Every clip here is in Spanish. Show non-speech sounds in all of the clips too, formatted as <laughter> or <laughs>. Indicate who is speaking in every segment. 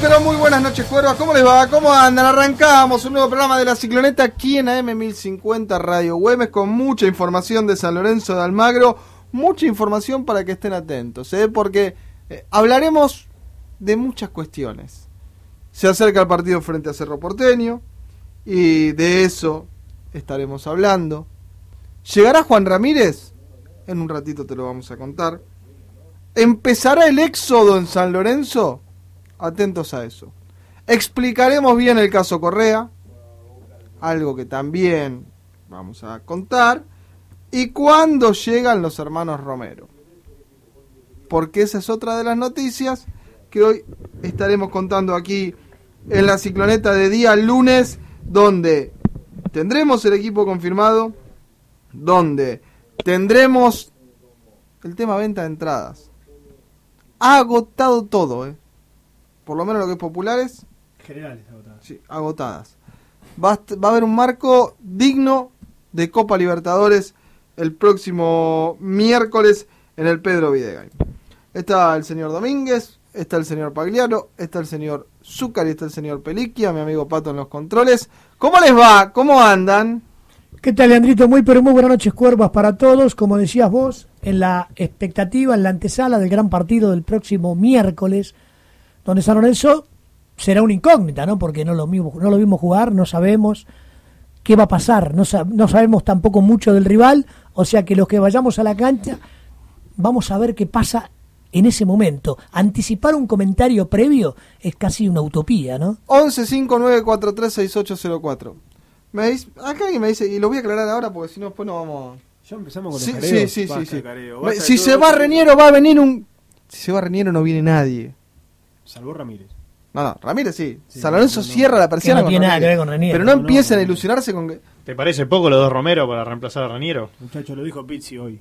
Speaker 1: pero muy buenas noches, cuervas. ¿Cómo les va? ¿Cómo andan? Arrancamos un nuevo programa de la cicloneta aquí en AM1050 Radio Güemes con mucha información de San Lorenzo de Almagro. Mucha información para que estén atentos, ¿eh? porque eh, hablaremos de muchas cuestiones. Se acerca el partido frente a Cerro Porteño y de eso estaremos hablando. ¿Llegará Juan Ramírez? En un ratito te lo vamos a contar. ¿Empezará el éxodo en San Lorenzo? Atentos a eso. Explicaremos bien el caso Correa, algo que también vamos a contar. ¿Y cuándo llegan los hermanos Romero? Porque esa es otra de las noticias que hoy estaremos contando aquí en la cicloneta de día lunes, donde tendremos el equipo confirmado, donde tendremos el tema venta de entradas ha agotado todo, ¿eh? Por lo menos lo que es populares.
Speaker 2: Generales agotadas.
Speaker 1: Sí, agotadas. Va a, va a haber un marco digno de Copa Libertadores el próximo miércoles en el Pedro Videgain. Está el señor Domínguez, está el señor Pagliaro, está el señor Zúcar y está el señor Peliquia, mi amigo Pato en los controles. ¿Cómo les va? ¿Cómo andan?
Speaker 3: ¿Qué tal, Leandrito? Muy, pero muy buenas noches, cuervas para todos. Como decías vos, en la expectativa, en la antesala del gran partido del próximo miércoles, donde San Lorenzo será una incógnita, ¿no? Porque no lo, vimos, no lo vimos jugar, no sabemos qué va a pasar, no, sa no sabemos tampoco mucho del rival, o sea que los que vayamos a la cancha vamos a ver qué pasa en ese momento. Anticipar un comentario previo es casi una utopía, ¿no?
Speaker 1: 1159436804. Me dice, acá alguien me dice, y lo voy a aclarar ahora porque si no después no vamos...
Speaker 2: Ya empezamos con
Speaker 1: Sí,
Speaker 2: los
Speaker 1: sí,
Speaker 2: careos.
Speaker 1: sí,
Speaker 2: Basta
Speaker 1: sí, sí.
Speaker 2: de careo,
Speaker 1: Me-
Speaker 2: basta de
Speaker 1: Si
Speaker 2: todo
Speaker 1: se va
Speaker 2: eso.
Speaker 1: Reniero va a venir un... Si se va Reniero no viene nadie.
Speaker 2: Salvo Ramírez.
Speaker 1: No, no, Ramírez sí.
Speaker 2: Sí,
Speaker 1: San Lorenzo
Speaker 2: no, no.
Speaker 1: cierra la
Speaker 3: Que
Speaker 1: persiana
Speaker 3: no
Speaker 1: con
Speaker 3: tiene nada que
Speaker 1: Ramírez.
Speaker 3: ver con Renier.
Speaker 1: Pero no
Speaker 2: No, no,
Speaker 1: empiecen a
Speaker 2: no.
Speaker 1: ilusionarse con que...
Speaker 4: ¿Te parece poco los dos Romero para reemplazar a Raniero?
Speaker 2: Muchachos, lo dijo Pizzi hoy.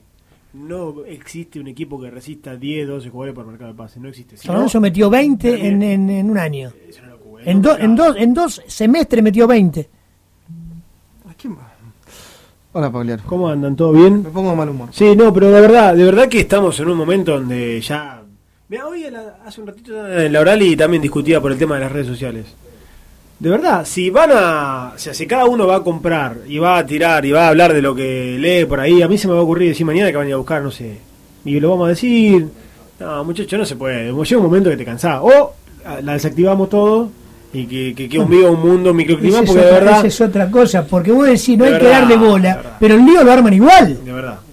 Speaker 2: No existe un equipo que resista 10, 12 jugadores por mercado de pase. No existe. Si
Speaker 3: San
Speaker 2: no,
Speaker 3: Lorenzo metió 20 en,
Speaker 2: Renier.
Speaker 3: en- en un año.
Speaker 2: es una locura.
Speaker 3: En, do- en, dos, en dos semestres metió 20.
Speaker 1: Hola, Pagliaro.
Speaker 2: ¿Cómo andan? ¿Todo bien?
Speaker 1: Me pongo de mal humor.
Speaker 2: Sí, no, pero de verdad, de verdad que estamos en un momento donde ya... Mira, hoy en la- hace un ratito en la oral y también discutía por el tema de las redes sociales. De verdad, si van a... O sea, si cada uno va a comprar y va a tirar y va a hablar de lo que lee por ahí, a mí se me va a ocurrir decir mañana que van a ir a buscar, no sé. Y lo vamos a decir. No, muchacho, no se puede. Llega un momento que te cansás. O la- la desactivamos todo y que, que, que viva un mundo microclima
Speaker 3: Esa
Speaker 2: porque
Speaker 3: es
Speaker 2: de
Speaker 3: otra-
Speaker 2: verdad...
Speaker 3: esa es otra cosa, porque vos decís, no
Speaker 2: De
Speaker 3: hay que
Speaker 2: verdad,
Speaker 3: darle
Speaker 2: de
Speaker 3: bola,
Speaker 2: verdad.
Speaker 3: pero el lío lo arman igual.
Speaker 2: De verdad.
Speaker 3: El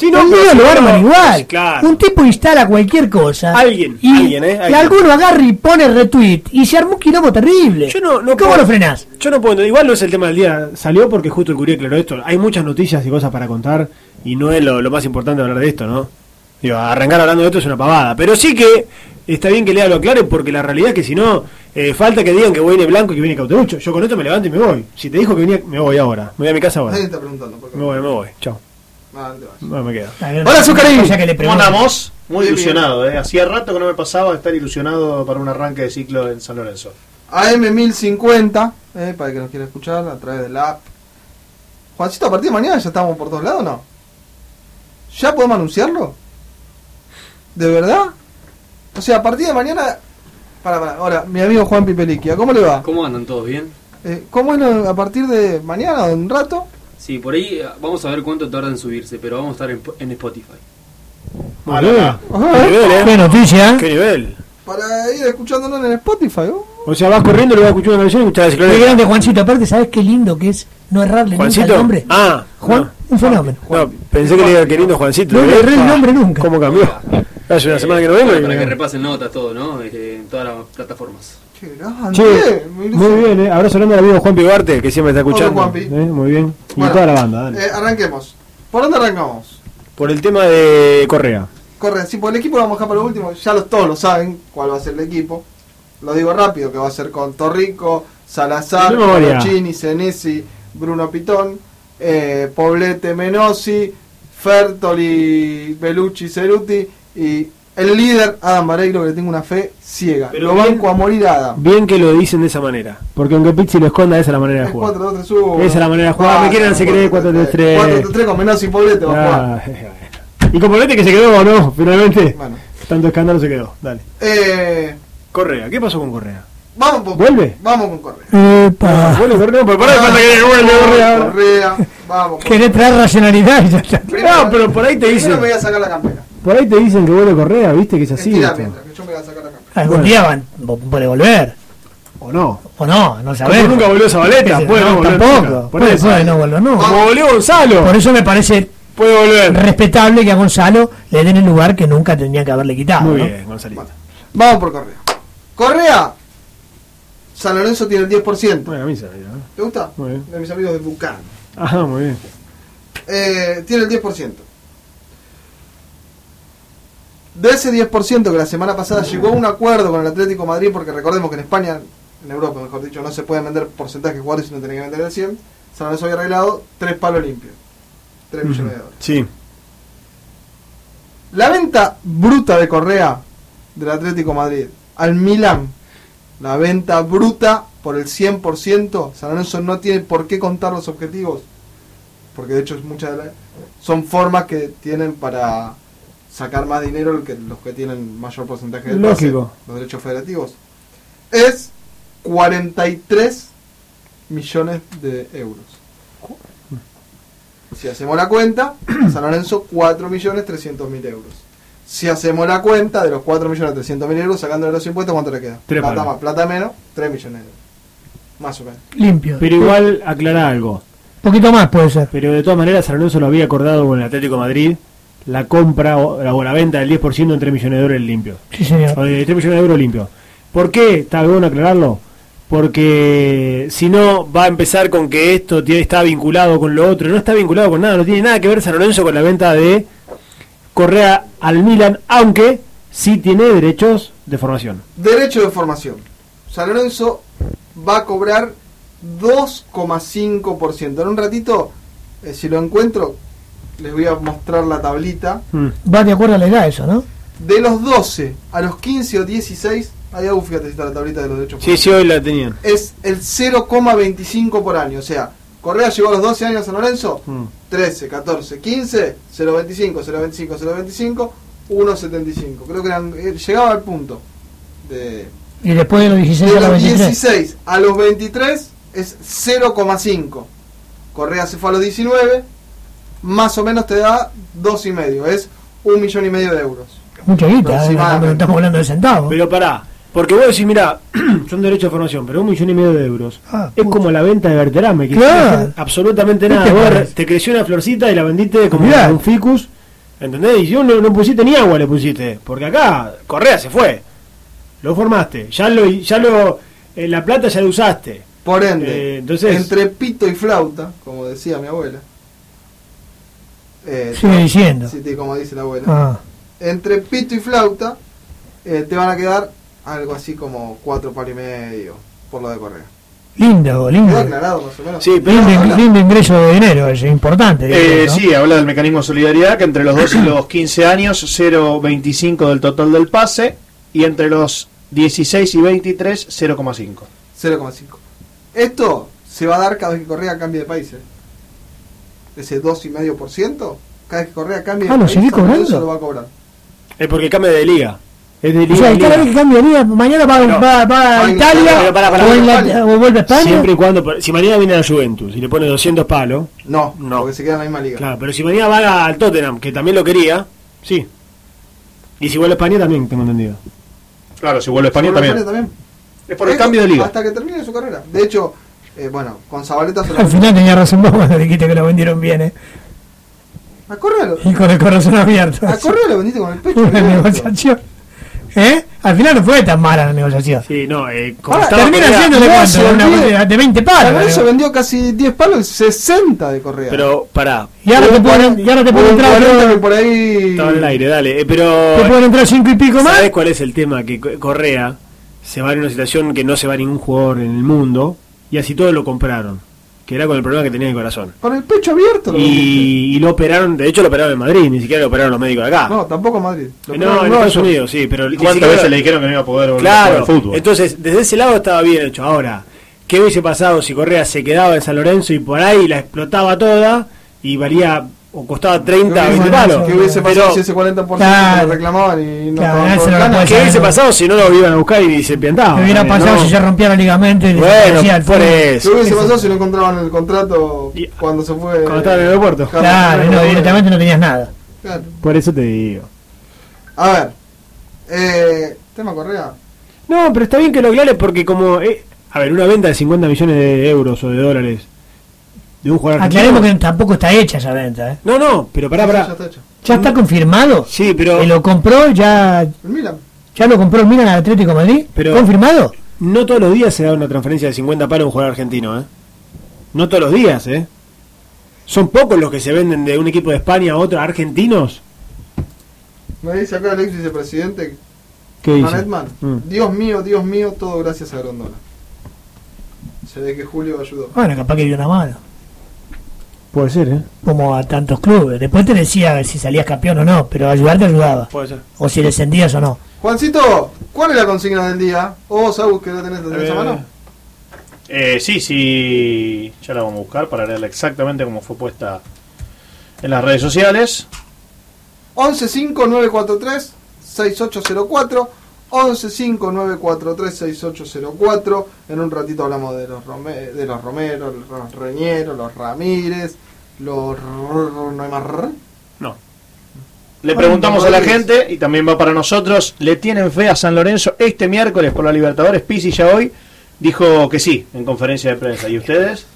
Speaker 2: Sí, pero
Speaker 3: lío
Speaker 2: si
Speaker 3: lo
Speaker 2: no,
Speaker 3: arman igual.
Speaker 2: Claro.
Speaker 3: Un tipo instala cualquier cosa.
Speaker 2: Alguien,
Speaker 3: y,
Speaker 2: alguien, ¿eh?
Speaker 3: y
Speaker 2: Alguien.
Speaker 3: alguno agarra y pone retweet. Y se armó un quilombo terrible.
Speaker 2: Yo no- no
Speaker 3: ¿Cómo
Speaker 2: puedo-
Speaker 3: lo frenás?
Speaker 2: Yo no puedo entender. Igual no es el tema del día. Salió porque justo el curie aclaró esto. Hay muchas noticias y cosas para contar. Y no es lo, lo más importante hablar de esto, ¿no? Digo, arrancar hablando de esto es una pavada. Pero sí que está bien que Lea lo aclare porque la realidad es que si no, eh, falta que digan que viene Blanco y que viene Cauterucho. Yo con esto me levanto y me voy. Si te dijo que venía, me voy ahora. Me voy a mi casa ahora.
Speaker 1: Nadie está preguntando. por qué.
Speaker 2: Me voy, me voy. Chao.
Speaker 1: Ah, ¿dónde vas?
Speaker 2: No me quedo.
Speaker 1: Hola, Zuccarín.
Speaker 3: Cosa que le
Speaker 4: ¿Cómo
Speaker 3: pregunto.
Speaker 4: andamos? Muy
Speaker 1: Bien,
Speaker 4: ilusionado, ¿eh? Hacía rato que no me pasaba estar ilusionado para un arranque de ciclo en San Lorenzo.
Speaker 1: AM1050, eh, para el que nos quiera escuchar a través de la app. Juancito, a partir de mañana ya estamos por todos lados, ¿no? ¿Ya podemos anunciarlo? ¿De verdad? O sea, a partir de mañana... Para, para, ahora, mi amigo Juan Pipeliquia, ¿cómo le va?
Speaker 5: ¿Cómo andan todos bien?
Speaker 1: Eh, ¿Cómo es lo- a partir de mañana, de un rato?
Speaker 5: Sí, por ahí eh, vamos a ver cuánto tarda en subirse, pero vamos a estar en, en Spotify.
Speaker 2: Muy bien.
Speaker 1: Ajá,
Speaker 2: Qué
Speaker 1: eh,
Speaker 2: nivel, ¿eh?
Speaker 3: Qué noticia, ¿eh?
Speaker 2: Qué nivel.
Speaker 1: Para ir escuchándolo en el Spotify. ¿no?
Speaker 2: O sea, vas corriendo, le vas a escuchar una canción y escuchás la
Speaker 3: Qué
Speaker 2: cicloneta.
Speaker 3: grande Juancito. Aparte, ¿sabés qué lindo que es no errarle nunca el
Speaker 2: Juancito.
Speaker 3: nombre?
Speaker 2: Ah,
Speaker 3: Juan,
Speaker 2: no.
Speaker 3: un fenómeno.
Speaker 2: No, pensé que le iba queriendo Juancito.
Speaker 3: No le
Speaker 2: ¿eh?
Speaker 3: erré el
Speaker 2: Ah,
Speaker 3: nombre nunca.
Speaker 2: ¿Cómo cambió? Hace una
Speaker 5: Eh,
Speaker 2: semana que no vengo.
Speaker 5: Para, para
Speaker 2: y-
Speaker 5: que repasen notas, todo, ¿no? Eh, en todas las plataformas.
Speaker 1: Qué grande.
Speaker 2: Che,
Speaker 1: me ilusiona.
Speaker 2: muy bien, ¿eh? abrazo grande al amigo Juan Pigarte, que siempre está
Speaker 1: Hola,
Speaker 2: escuchando.
Speaker 1: Juanpi.
Speaker 2: ¿eh? Muy bien. Y
Speaker 1: Bueno,
Speaker 2: toda la banda, dale.
Speaker 1: eh, arranquemos. ¿Por dónde arrancamos?
Speaker 2: Por el tema de Correa.
Speaker 1: Corre, sí, por el equipo lo vamos a dejar para el último. Ya los, todos lo saben cuál va a ser el equipo. Lo digo rápido, que va a ser con Torrico, Salazar,
Speaker 2: Memoria.
Speaker 1: Chini, Senesi, Bruno Pitón, eh, Poblete Menosi, Fertoli, Belucci, Ceruti y el líder Adam Vareiro, que le tengo una fe ciega.
Speaker 2: Pero
Speaker 1: lo
Speaker 2: bien-
Speaker 1: banco a morir a Adam.
Speaker 2: Bien que lo dicen de esa manera. Porque aunque Pizzi lo esconda, esa es la manera de
Speaker 1: Es
Speaker 2: jugar.
Speaker 1: 4-2-3-1. Cuatro,
Speaker 2: Esa es la manera de jugar. Me quieren hacer creer 4-3-3.
Speaker 1: 4-3-3 con Menosi y Poblete va a jugar.
Speaker 2: Ah, y con Poblete que se quedó o no, finalmente.
Speaker 1: Bueno.
Speaker 2: Tanto escándalo se quedó. Dale.
Speaker 1: Eh,
Speaker 2: Correa, ¿qué pasó con Correa?
Speaker 1: Vamos con
Speaker 2: ¿Vuelve?
Speaker 1: Vamos con Correa.
Speaker 3: Epa.
Speaker 2: Bueno, Correa, pero pará,
Speaker 1: Ah,
Speaker 2: falta que vuelva Correa ahora.
Speaker 1: Correa, vamos. con-
Speaker 3: Querés traer racionalidad y ya está.
Speaker 2: No, pero por ahí te
Speaker 1: Primero
Speaker 2: dicen,
Speaker 1: me voy a sacar la campera.
Speaker 2: por ahí te dicen que vuelve Correa, viste que es así.
Speaker 1: Estirá
Speaker 2: esto.
Speaker 1: mientras, que yo me voy a sacar la campera.
Speaker 3: Algún día van, vo- puede volver.
Speaker 2: O no.
Speaker 3: O no, no
Speaker 2: Como
Speaker 3: sabemos.
Speaker 2: nunca volvió Zabaleta,
Speaker 3: Ese-
Speaker 2: puede
Speaker 3: no,
Speaker 2: no volver
Speaker 3: Tampoco.
Speaker 2: nunca. Por
Speaker 3: Puede,
Speaker 2: eso.
Speaker 3: puede no volver, no.
Speaker 2: Como volvió Gonzalo,
Speaker 3: Por eso me parece
Speaker 2: puede volver.
Speaker 3: respetable que a Gonzalo le den el lugar que nunca tendría que haberle quitado.
Speaker 2: Muy
Speaker 3: ¿no?
Speaker 2: bien, Gonzalito.
Speaker 1: Vamos por Correa. Correa. San Lorenzo tiene el 10%.
Speaker 2: Buena camisa, mira, ¿eh?
Speaker 1: ¿Te gusta?
Speaker 2: Muy bien.
Speaker 1: De mis amigos de Bucán.
Speaker 2: Ajá, muy bien.
Speaker 1: Eh, tiene el 10%. De ese 10% que la semana pasada llegó a un acuerdo con el Atlético de Madrid, porque recordemos que en España, en Europa mejor dicho, no se puede vender porcentaje de jugadores, sino tiene que vender el 100. San Lorenzo había arreglado tres palos limpios. 3 millones de dólares.
Speaker 2: Sí.
Speaker 1: La venta bruta de Correa del Atlético de Madrid al Milán, la venta bruta por el 100%, San Lorenzo no tiene por qué contar los objetivos, porque de hecho es muchas de las- son formas que tienen para sacar más dinero el que los que tienen mayor porcentaje del pase,
Speaker 2: Lógico.
Speaker 1: los derechos federativos. Es 43 millones de euros. Si hacemos la
Speaker 2: <clears throat>
Speaker 1: cuenta, San Lorenzo 4.300.000 euros. Si hacemos la cuenta de los 4.300.000 euros, sacándole los impuestos, ¿cuánto le queda?
Speaker 2: Tres
Speaker 1: plata
Speaker 2: palos.
Speaker 1: más, plata menos, 3 millones de euros. Más o menos.
Speaker 3: Limpio.
Speaker 2: Pero igual aclara algo.
Speaker 3: poquito más puede ser.
Speaker 2: Pero de todas maneras, San Lorenzo lo había acordado con el Atlético de Madrid la compra o, o la venta del 10% en 3 millones de dólares limpios.
Speaker 3: Sí,
Speaker 2: O
Speaker 3: señor.
Speaker 2: de 3 millones de euros limpios. ¿Por qué? Está bueno aclararlo. Porque si no, va a empezar con que esto tiene, está vinculado con lo otro. No está vinculado con nada. No tiene nada que ver San Lorenzo con la venta de Correa al Milan, aunque sí tiene derechos de formación.
Speaker 1: Derecho de formación. San Lorenzo va a cobrar 2,5%. En un ratito, eh, si lo encuentro, les voy a mostrar la tablita.
Speaker 2: Mm.
Speaker 3: Va de acuerdo a la edad eso, ¿no?
Speaker 1: De los 12 a los 15 o 16, ahí hago, fíjate si está la tablita de los derechos.
Speaker 2: Sí, sí, hoy la tenían.
Speaker 1: es el 0,25 por año. O sea, Correa llegó a los 12 años a San Lorenzo,
Speaker 2: Mm.
Speaker 1: 13, 14, 15, 0,25, 0,25, 0,25, 1,75. Creo que eran- eh, llegaba al punto. De,
Speaker 3: Y después de los 16
Speaker 1: de
Speaker 3: a los
Speaker 1: los
Speaker 3: 23.
Speaker 1: 16 a los 23 es 0,5. Correa se fue a los 19, más o menos te da 2,5. Es un millón y medio de euros.
Speaker 3: Mucha guita, eh,
Speaker 1: Aproximadamente.
Speaker 3: estamos hablando de centavos.
Speaker 2: Pero pará, porque vos decís, mirá, son derechos de formación, pero un millón y medio de euros.
Speaker 3: Ah,
Speaker 2: es
Speaker 3: pucha.
Speaker 2: como la venta de Berterame, que
Speaker 3: Claro.
Speaker 2: no hacen absolutamente nada.
Speaker 3: ¿Qué te
Speaker 2: Vos
Speaker 3: parece?
Speaker 2: te creció una florcita y la vendiste como
Speaker 3: Mirá.
Speaker 2: un ficus, ¿entendés? Y yo no, no pusiste ni agua, le pusiste, porque acá Correa se fue, lo formaste, ya lo, ya lo, eh, la plata ya la usaste.
Speaker 1: Por ende,
Speaker 2: Eh, entonces-
Speaker 1: entre pito y flauta, como decía mi abuela. eh,
Speaker 3: Sigue
Speaker 1: no,
Speaker 3: diciendo.
Speaker 1: sí, sí, como dice la abuela.
Speaker 3: Ah,
Speaker 1: Entre pito y flauta eh, te van a quedar algo así como cuatro palos y medio por lo de Correa.
Speaker 3: lindo,
Speaker 1: ¿Quedó
Speaker 3: lindo.
Speaker 1: aclarado más o menos?
Speaker 2: Sí,
Speaker 3: Lindo,
Speaker 1: No, no.
Speaker 3: lindo ingreso de dinero, es importante.
Speaker 4: Eh,
Speaker 3: digamos, ¿no?
Speaker 4: Sí, habla del mecanismo de solidaridad que entre los 12 y los 15 años, 0,25 del total del pase y entre los 16 y 23, 0,5.
Speaker 1: 0,5. Esto se va a dar cada vez que Correa cambie de país. ¿eh? Ese 2,5%, cada vez que Correa cambie de
Speaker 3: Ah, ¿lo
Speaker 1: país,
Speaker 3: seguí
Speaker 1: San Lorenzo
Speaker 3: cobrando?
Speaker 1: lo va a cobrar.
Speaker 2: Es porque cambia de liga. Es de
Speaker 3: O
Speaker 2: liga.
Speaker 3: sea,
Speaker 2: en
Speaker 3: cada
Speaker 2: liga.
Speaker 3: vez que cambia de liga, mañana va,
Speaker 2: No.
Speaker 3: va- va a
Speaker 1: Ay,
Speaker 3: Italia
Speaker 2: pero pará, pará,
Speaker 3: o, en la-
Speaker 1: España.
Speaker 3: o vuelve a España.
Speaker 2: Siempre y cuando, si mañana viene la Juventus y le pone 200 palos,
Speaker 1: No,
Speaker 2: No.
Speaker 1: porque se queda en la misma liga.
Speaker 2: Claro, pero si mañana va al Tottenham, que también lo quería, sí. Y si vuelve a España también, tengo entendido.
Speaker 4: Claro, si vuelve a España
Speaker 1: Por el
Speaker 4: también.
Speaker 1: España también.
Speaker 4: Es por el
Speaker 1: Eso,
Speaker 4: cambio de liga.
Speaker 1: Hasta que termine su carrera. De hecho, eh, bueno, con Zabaleta se lo
Speaker 3: Al final tenía razón vos cuando dijiste que lo vendieron bien, ¿eh?
Speaker 1: A Correa lo,
Speaker 3: Y con el corazón abierto.
Speaker 1: a Correa lo vendiste con el pecho.
Speaker 3: Una
Speaker 1: abierto.
Speaker 3: negociación. ¿Eh? Al final no fue tan mala la negociación.
Speaker 2: Sí, no, eh, como
Speaker 3: Ahora,
Speaker 2: estaba
Speaker 3: termina
Speaker 2: Correa-
Speaker 3: haciéndole
Speaker 1: no
Speaker 3: cuánto,
Speaker 1: se
Speaker 3: una
Speaker 1: olvide.
Speaker 3: bolsa de 20
Speaker 1: San
Speaker 3: palos.
Speaker 1: Lorenzo
Speaker 3: digo.
Speaker 1: vendió casi 10 palos, 60 de Correa.
Speaker 2: Pero, pará,
Speaker 3: Y ahora te
Speaker 1: Un
Speaker 3: pueden,
Speaker 1: cuarenta-
Speaker 3: y ahora te
Speaker 1: un
Speaker 3: pueden entrar,
Speaker 1: 40 que
Speaker 3: otro-
Speaker 1: por ahí.
Speaker 2: estaba en el aire, dale. eh,
Speaker 3: te
Speaker 2: pero,
Speaker 3: pueden entrar 5 y pico más.
Speaker 2: ¿sabés cuál es el tema? Que Co- Correa se va en una situación que no se va ningún jugador en el mundo, y así todo lo compraron, que era con el problema que tenía el corazón.
Speaker 1: Con el pecho abierto lo vendiste.
Speaker 2: Y, y lo operaron, de hecho lo operaron en Madrid, ni siquiera lo operaron los médicos de acá.
Speaker 1: No, tampoco Madrid. Lo
Speaker 2: Eh,
Speaker 1: fueron
Speaker 2: no,
Speaker 1: a
Speaker 2: en
Speaker 1: Nueva
Speaker 2: Estados
Speaker 1: York.
Speaker 2: Unidos, sí, pero ni
Speaker 4: ¿Cuántas
Speaker 2: siquiera-
Speaker 4: veces le dijeron que no iba a poder volver
Speaker 2: Claro,
Speaker 4: a jugar al fútbol?
Speaker 2: entonces desde ese lado estaba bien hecho. Ahora, ¿qué hubiese pasado si Correa se quedaba en San Lorenzo y por ahí la explotaba toda y valía o costaba 30
Speaker 1: ¿Qué
Speaker 2: 20
Speaker 1: hubiese-
Speaker 2: palos.
Speaker 1: ¿Qué hubiese pasado
Speaker 2: Pero,
Speaker 1: si ese 40%
Speaker 3: Claro.
Speaker 1: lo reclamaban y no
Speaker 3: Claro,
Speaker 1: estaban
Speaker 3: se lo
Speaker 1: cobrando?
Speaker 3: recuerdo.
Speaker 2: ¿Qué hubiese pasado si no lo iban a buscar y se piantaban?
Speaker 3: ¿Qué hubiera pasado si se rompía el ligamento y desaparecía el
Speaker 2: Bueno, por
Speaker 3: fútbol?
Speaker 1: ¿Qué
Speaker 2: eso.
Speaker 1: hubiese pasado si no encontraban el contrato
Speaker 2: Y-
Speaker 1: cuando se fue?
Speaker 2: Cuando estaba en el aeropuerto.
Speaker 3: Claro, no, directamente no tenías nada.
Speaker 1: Claro.
Speaker 2: Por eso te digo.
Speaker 1: A ver. Eh, tema Correa.
Speaker 2: No, pero está bien que lo aclares porque como... eh, a ver, una venta de 50 millones de euros o de dólares de un jugador
Speaker 3: Aclaremos que
Speaker 2: argentino-
Speaker 3: tampoco está hecha esa venta. ¿eh?
Speaker 2: No, no, pero pará,
Speaker 1: Ya
Speaker 2: pará.
Speaker 1: está hecho.
Speaker 3: Ya está confirmado.
Speaker 2: Sí, pero
Speaker 3: Que lo compró ya.
Speaker 1: El Milan.
Speaker 3: ¿Ya lo compró el Milan al Atlético de Madrid?
Speaker 2: Pero-
Speaker 3: ¿Confirmado?
Speaker 2: no todos los días se da una transferencia de 50 palos a un jugador argentino, ¿eh? No todos los días, ¿eh? Son pocos los que se venden de un equipo de España a otro a argentinos.
Speaker 1: Me dice acá el ex vicepresidente
Speaker 2: ¿Qué Mm.
Speaker 1: Manetman. Dios mío, Dios mío, todo gracias a Grondona. Se ve que Julio ayudó.
Speaker 3: Bueno, capaz que dio una mano.
Speaker 2: Puede ser, ¿eh?
Speaker 3: Como a tantos clubes. Después te decía si salías campeón o no, pero ayudarte ayudaba.
Speaker 2: Puede ser.
Speaker 3: O si descendías o no.
Speaker 1: Juancito, ¿cuál es la consigna del día? O vos, Agus, que la tenés, la tenés a
Speaker 4: Eh,
Speaker 1: mano.
Speaker 4: Eh, sí, sí, ya la vamos a buscar para leerla exactamente como fue puesta en las redes sociales.
Speaker 1: 11-5-943-6804. 11-5-943-6804. En un ratito hablamos de los, Rome- de los Romero, los Reñero, los Ramírez, los... ¿No hay más? R?
Speaker 4: No. Le preguntamos a la gente, y también va para nosotros, ¿le tienen fe a San Lorenzo este miércoles por la Libertadores? Pizzi ya hoy dijo que sí en conferencia de prensa. ¿Y ustedes?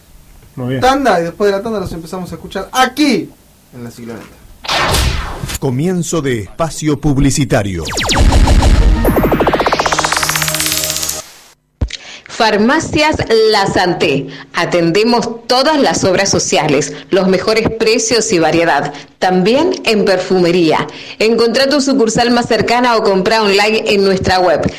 Speaker 2: Muy bien.
Speaker 1: Tanda y después de la tanda los empezamos a escuchar aquí en la cicloneta.
Speaker 6: Comienzo de espacio publicitario.
Speaker 7: Farmacias La Santé. Atendemos todas las obras sociales, los mejores precios y variedad. También en perfumería. Encontrá tu sucursal más cercana o compra online en nuestra web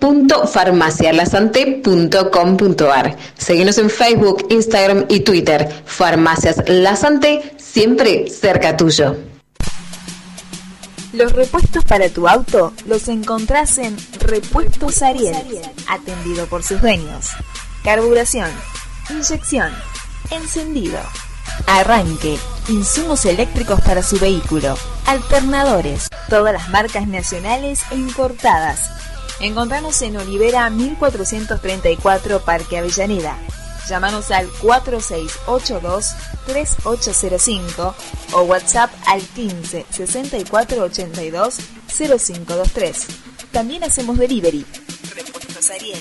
Speaker 7: www.farmacialasanté.com.ar. Seguimos en Facebook, Instagram y Twitter. Farmacias La Santé, siempre cerca tuyo.
Speaker 8: Los repuestos para tu auto los encontrás en Repuestos Ariel, atendido por sus dueños. Carburación, inyección, encendido, arranque, insumos eléctricos para su vehículo, alternadores, todas las marcas nacionales e importadas. Encontranos en Olivera 1434 Parque Avellaneda. Llámanos al 4682-3805 o WhatsApp al 15 64 82 0523. También hacemos delivery. Repuestos Ariel.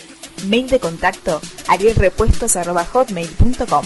Speaker 8: Mail de contacto arielrepuestos.hotmail.com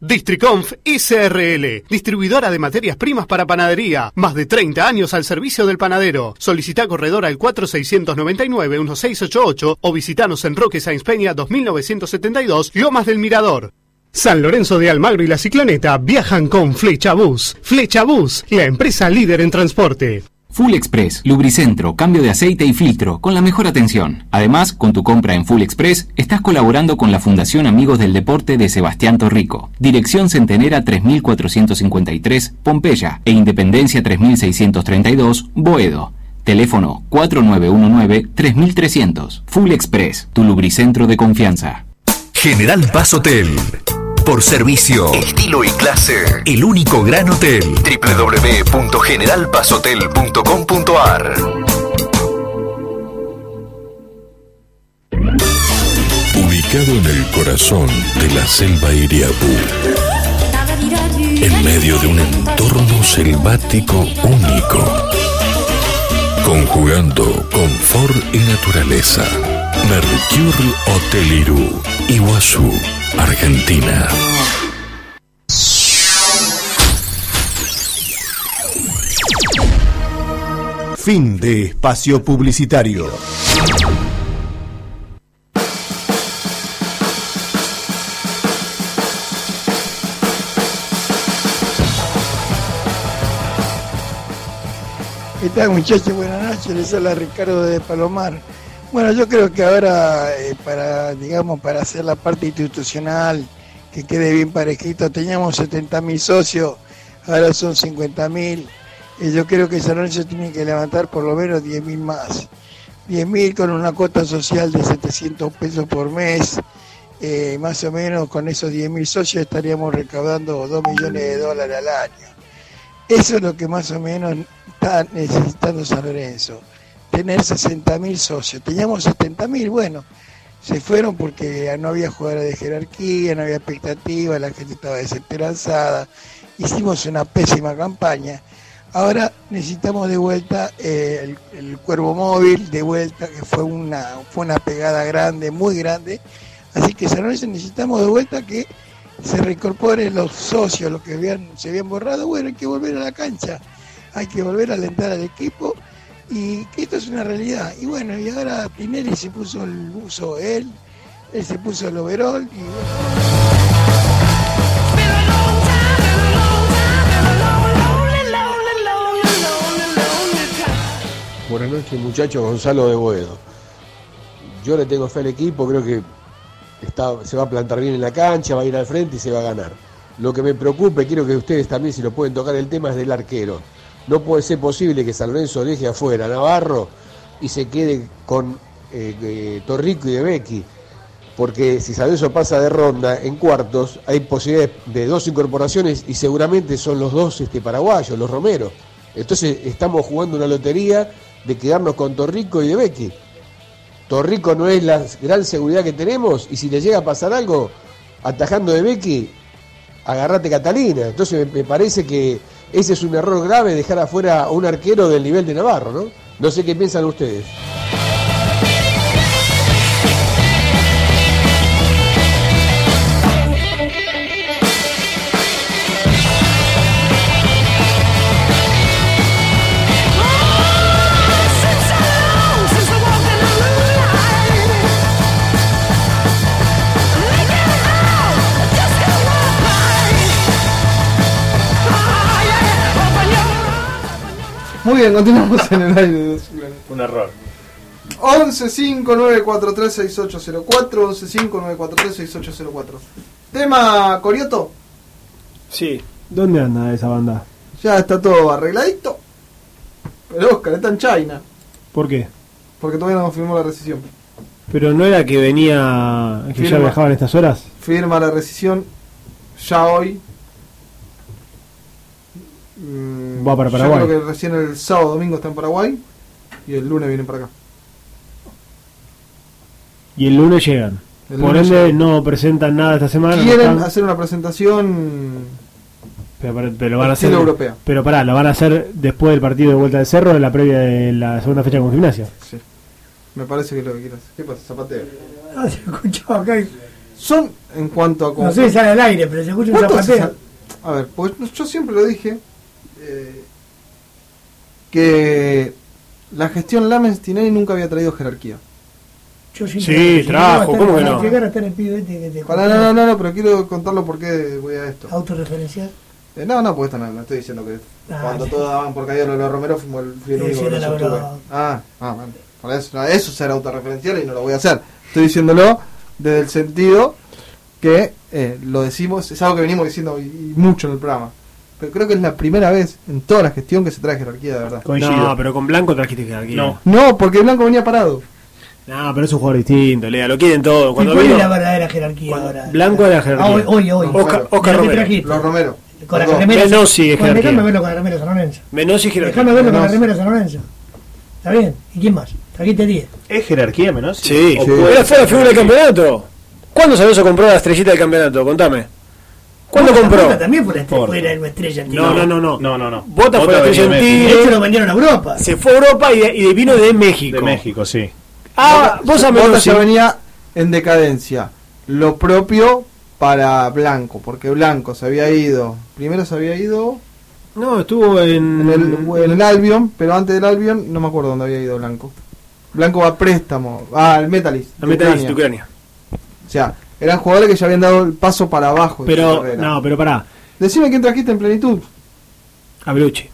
Speaker 9: Districonf SRL, distribuidora de materias primas para panadería, más de 30 años al servicio del panadero. Solicita corredor al 4699-1688 o visitanos en Roque Sáenz Peña 2972, Lomas del Mirador. San Lorenzo de Almagro y la Cicloneta viajan con Flechabús. Flechabús, la empresa líder en transporte.
Speaker 10: Full Express, lubricentro, cambio de aceite y filtro, con la mejor atención. Además, con tu compra en Full Express, estás colaborando con la Fundación Amigos del Deporte de Sebastián Torrico. Dirección Centenera 3453, Pompeya, e Independencia 3632, Boedo. Teléfono 4919-3300. Full Express, tu lubricentro de confianza.
Speaker 6: General Paz Hotel. Por servicio, estilo y clase. El único gran hotel. www.generalpazhotel.com.ar
Speaker 11: Ubicado en el corazón de la selva Iriapú, en medio de un entorno selvático único, conjugando confort y naturaleza. Mercure Hotel Irú, Iguazú, Argentina.
Speaker 6: Fin de espacio publicitario.
Speaker 9: ¿Qué tal muchachos? Buenas noches, les habla Ricardo de Palomar.
Speaker 12: Bueno, yo creo que ahora, eh, para, digamos, para hacer la parte institucional, que quede bien parejito, teníamos 70.000 socios, ahora son 50.000, y yo creo que San Lorenzo tiene que levantar por lo menos 10.000 más. 10.000 con una cuota social de 700 pesos por mes, eh, más o menos con esos 10.000 socios estaríamos recaudando 2 millones de dólares al año. Eso es lo que más o menos está necesitando San Lorenzo, tener 60.000 socios. Teníamos 70.000, bueno, se fueron porque no había jugadores de jerarquía, no había expectativa, la gente estaba desesperanzada, hicimos una pésima campaña. Ahora necesitamos de vuelta eh, el, el cuervo móvil, de vuelta, que fue una, fue una pegada grande, muy grande. Así que San Lorenzo necesitamos de vuelta que se reincorporen los socios, los que habían, se habían borrado. Bueno, hay que volver a la cancha, hay que volver a alentar al equipo y que esto es una realidad. Y bueno, y ahora Pinelli se puso el buzo él, él se puso el overol y bueno.
Speaker 13: Buenas noches, muchachos. Gonzalo de Boedo. Yo le tengo fe al equipo, creo que está, se va a plantar bien en la cancha, va a ir al frente y se va a ganar. Lo que me preocupa, y quiero que ustedes también, si lo pueden tocar, el tema es del arquero. No puede ser posible que San Lorenzo deje afuera a Navarro y se quede con eh, eh, Torrico y De Becchi. Porque si San Lorenzo pasa de ronda en cuartos, hay posibilidades de dos incorporaciones y seguramente son los dos este, paraguayos, los romeros. Entonces estamos jugando una lotería de quedarnos con Torrico y De Becchi. Torrico no es la gran seguridad que tenemos y si le llega a pasar algo atajando de Becky, agarrate Catalina. Entonces me, me parece que ese es un error grave dejar afuera a un arquero del nivel de Navarro, ¿no? No sé qué piensan ustedes.
Speaker 1: Muy bien, continuamos en el aire. de Zulán.
Speaker 4: Un error.
Speaker 1: 1159436804, 1159436804. Tema Corioto,
Speaker 2: Sí. ¿Dónde anda esa banda?
Speaker 1: ya está todo arregladito. Pero Oscar, está en China,
Speaker 2: ¿Por qué?
Speaker 1: porque todavía no firmó la rescisión.
Speaker 2: Pero no era que venía. que ya
Speaker 1: Firma.
Speaker 2: viajaban estas horas.
Speaker 1: Firma la rescisión ya hoy. Mm,
Speaker 2: Va para
Speaker 1: yo
Speaker 2: Paraguay.
Speaker 1: creo que recién el sábado domingo está en Paraguay y el lunes vienen para acá.
Speaker 2: Y el lunes llegan.
Speaker 1: El
Speaker 2: Por
Speaker 1: lunes
Speaker 2: ende, no presentan nada esta semana. no
Speaker 1: Quieren
Speaker 2: están-
Speaker 1: hacer una presentación
Speaker 2: pero, pero- pero lo van a hacer.
Speaker 1: estilo europea.
Speaker 2: Pero pará, lo van a hacer después del partido de vuelta del cerro, de la previa de la segunda fecha con gimnasia.
Speaker 1: Me parece que es lo que quieras. ¿Qué pasa, zapateo?
Speaker 3: Ah,
Speaker 1: Son en cuanto a.
Speaker 3: No sé si sale al aire, pero se escucha un
Speaker 1: ¿Cuántos
Speaker 3: zapateo.
Speaker 1: sal- A ver, pues yo siempre lo dije eh, que la gestión Lamens Tinelli nunca había traído jerarquía.
Speaker 3: Yo
Speaker 2: Sí, trajo, ¿cómo que no?
Speaker 3: Llegar a estar el pibe este que te
Speaker 1: Pará, no, no, no, no, pero quiero contarlo por qué voy a esto.
Speaker 3: autorreferencial.
Speaker 1: Eh, no, no, pues esto no, no estoy diciendo que
Speaker 3: Ah,
Speaker 1: cuando
Speaker 3: sí.
Speaker 1: todos daban por caído lo de Romero fui el, fui el
Speaker 3: Sí,
Speaker 1: único
Speaker 3: sí,
Speaker 1: que
Speaker 3: no
Speaker 1: lo
Speaker 3: la
Speaker 1: sostuve.
Speaker 3: hablaba.
Speaker 1: Ah, ah, bueno. Por eso, no, eso es ser autorreferencial y no lo voy a hacer. Estoy diciéndolo desde el sentido que eh, lo decimos, es algo que venimos diciendo y- y mucho en el programa. Pero creo que es la primera vez en toda la gestión que se trae jerarquía de verdad.
Speaker 2: No, pero con Blanco trajiste jerarquía. No.
Speaker 1: No, porque Blanco venía parado.
Speaker 2: no, pero es un jugador distinto, Lea, lo quieren todo.
Speaker 3: ¿Y
Speaker 2: Cuando
Speaker 3: cuál es
Speaker 2: vino,
Speaker 3: la verdadera jerarquía ahora?
Speaker 2: Blanco era jerarquía.
Speaker 3: Ah, hoy, hoy, hoy.
Speaker 2: Oscar,
Speaker 3: Mira
Speaker 2: Oscar
Speaker 3: lo que
Speaker 2: Romero.
Speaker 3: trajiste.
Speaker 1: Los Romero.
Speaker 3: Con la
Speaker 2: Perdón.
Speaker 3: remera.
Speaker 2: Menossi es
Speaker 3: Bueno,
Speaker 2: jerarquía.
Speaker 3: Dejame verlo con la remera San Lorenzo.
Speaker 2: Menossi es jerarquía.
Speaker 3: Dejame verlo con la
Speaker 2: Menossi.
Speaker 3: remera San Lorenzo. ¿Está bien? ¿Y quién más? Trajiste 10.
Speaker 4: ¿Es jerarquía, menos?
Speaker 2: Sí, Era- fue la figura del campeonato. ¿Cuándo San Lorenzo compró la estrellita del campeonato? Contame. ¿Cuándo
Speaker 3: Boca
Speaker 2: compró?
Speaker 3: Boca También fue la estrella, fue la estrella.
Speaker 2: No, no, no, no.
Speaker 4: No, no, no.
Speaker 2: Bota fue la
Speaker 4: venía
Speaker 2: estrella
Speaker 4: de
Speaker 2: en
Speaker 4: México.
Speaker 2: Tigre.
Speaker 3: Esto lo vendieron a Europa.
Speaker 2: Se fue a Europa y, y vino de México.
Speaker 4: De México, sí.
Speaker 2: Ah, vos a
Speaker 1: Bota
Speaker 2: Menossi.
Speaker 1: ya venía en decadencia. Lo propio para Blanco, porque Blanco se había ido. Primero se había ido
Speaker 2: No, estuvo en,
Speaker 1: en el, en el Albion, pero antes del Albion no me acuerdo dónde había ido Blanco. Blanco va a préstamo, va al Metalist.
Speaker 2: la meta de Ucrania.
Speaker 1: O sea, eran jugadores que ya habían dado el paso para abajo. de su
Speaker 2: Pero,
Speaker 1: carrera.
Speaker 2: no, pero pará.
Speaker 1: Decime quién trajiste en plenitud.
Speaker 2: A Belucci.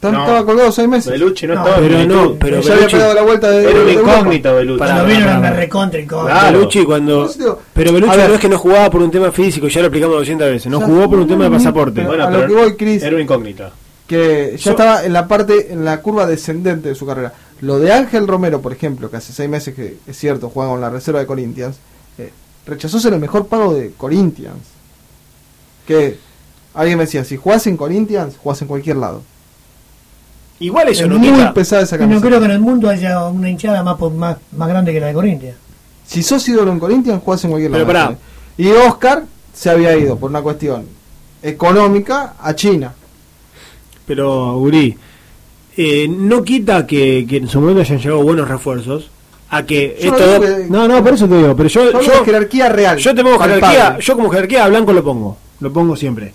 Speaker 1: Tan- Estaba colgado seis meses.
Speaker 4: Belucci no,
Speaker 1: No,
Speaker 4: estaba. en
Speaker 1: pero
Speaker 4: plenitud.
Speaker 1: no, pero Ya había Belucci- pegado la vuelta de-
Speaker 4: Era un
Speaker 1: de Europa.
Speaker 4: incógnito Belucci.
Speaker 2: Para,
Speaker 3: Cuando vino
Speaker 2: para,
Speaker 3: era una
Speaker 2: para.
Speaker 3: recontra incómoda.
Speaker 4: Claro.
Speaker 2: Belucci cuando. Pero
Speaker 4: A
Speaker 2: Belucci
Speaker 4: ver.
Speaker 2: no es que no jugaba por un tema físico, ya lo aplicamos 200 veces. No
Speaker 1: Ya,
Speaker 2: jugó por un
Speaker 1: no,
Speaker 2: tema de
Speaker 1: no,
Speaker 2: pasaporte.
Speaker 1: pero Bueno, a lo pero que voy, Cris.
Speaker 4: Era un incógnito.
Speaker 1: que ya
Speaker 4: Yo-
Speaker 1: estaba en la parte, en la curva descendente de su carrera. Lo de Ángel Romero, por ejemplo, que hace seis meses que es cierto, juega con la reserva de Corinthians, eh, rechazó ser el mejor pago de Corinthians. Que alguien me decía, si jugás en Corinthians, jugás en cualquier lado.
Speaker 2: Igual
Speaker 1: eso no quita- pesada esa
Speaker 3: No
Speaker 1: camiseta.
Speaker 3: creo que en el mundo haya una hinchada más, po- más, más grande que la de Corintia.
Speaker 1: Si sos ídolo en Corinthians, jugás en cualquier
Speaker 2: Pero
Speaker 1: lado.
Speaker 2: pará.
Speaker 1: Y Oscar se había ido por una cuestión económica a China.
Speaker 2: Pero, Uri, eh, no quita que, que en su momento hayan llegado buenos refuerzos. A que
Speaker 1: Yo no
Speaker 2: esto-
Speaker 1: digo que-
Speaker 2: No, no, por eso te digo. Pero yo.
Speaker 1: Yo hablo de jerarquía real,
Speaker 2: Yo te pongo
Speaker 1: palpable.
Speaker 2: jerarquía. Yo como jerarquía a Blanco lo pongo. Lo pongo siempre.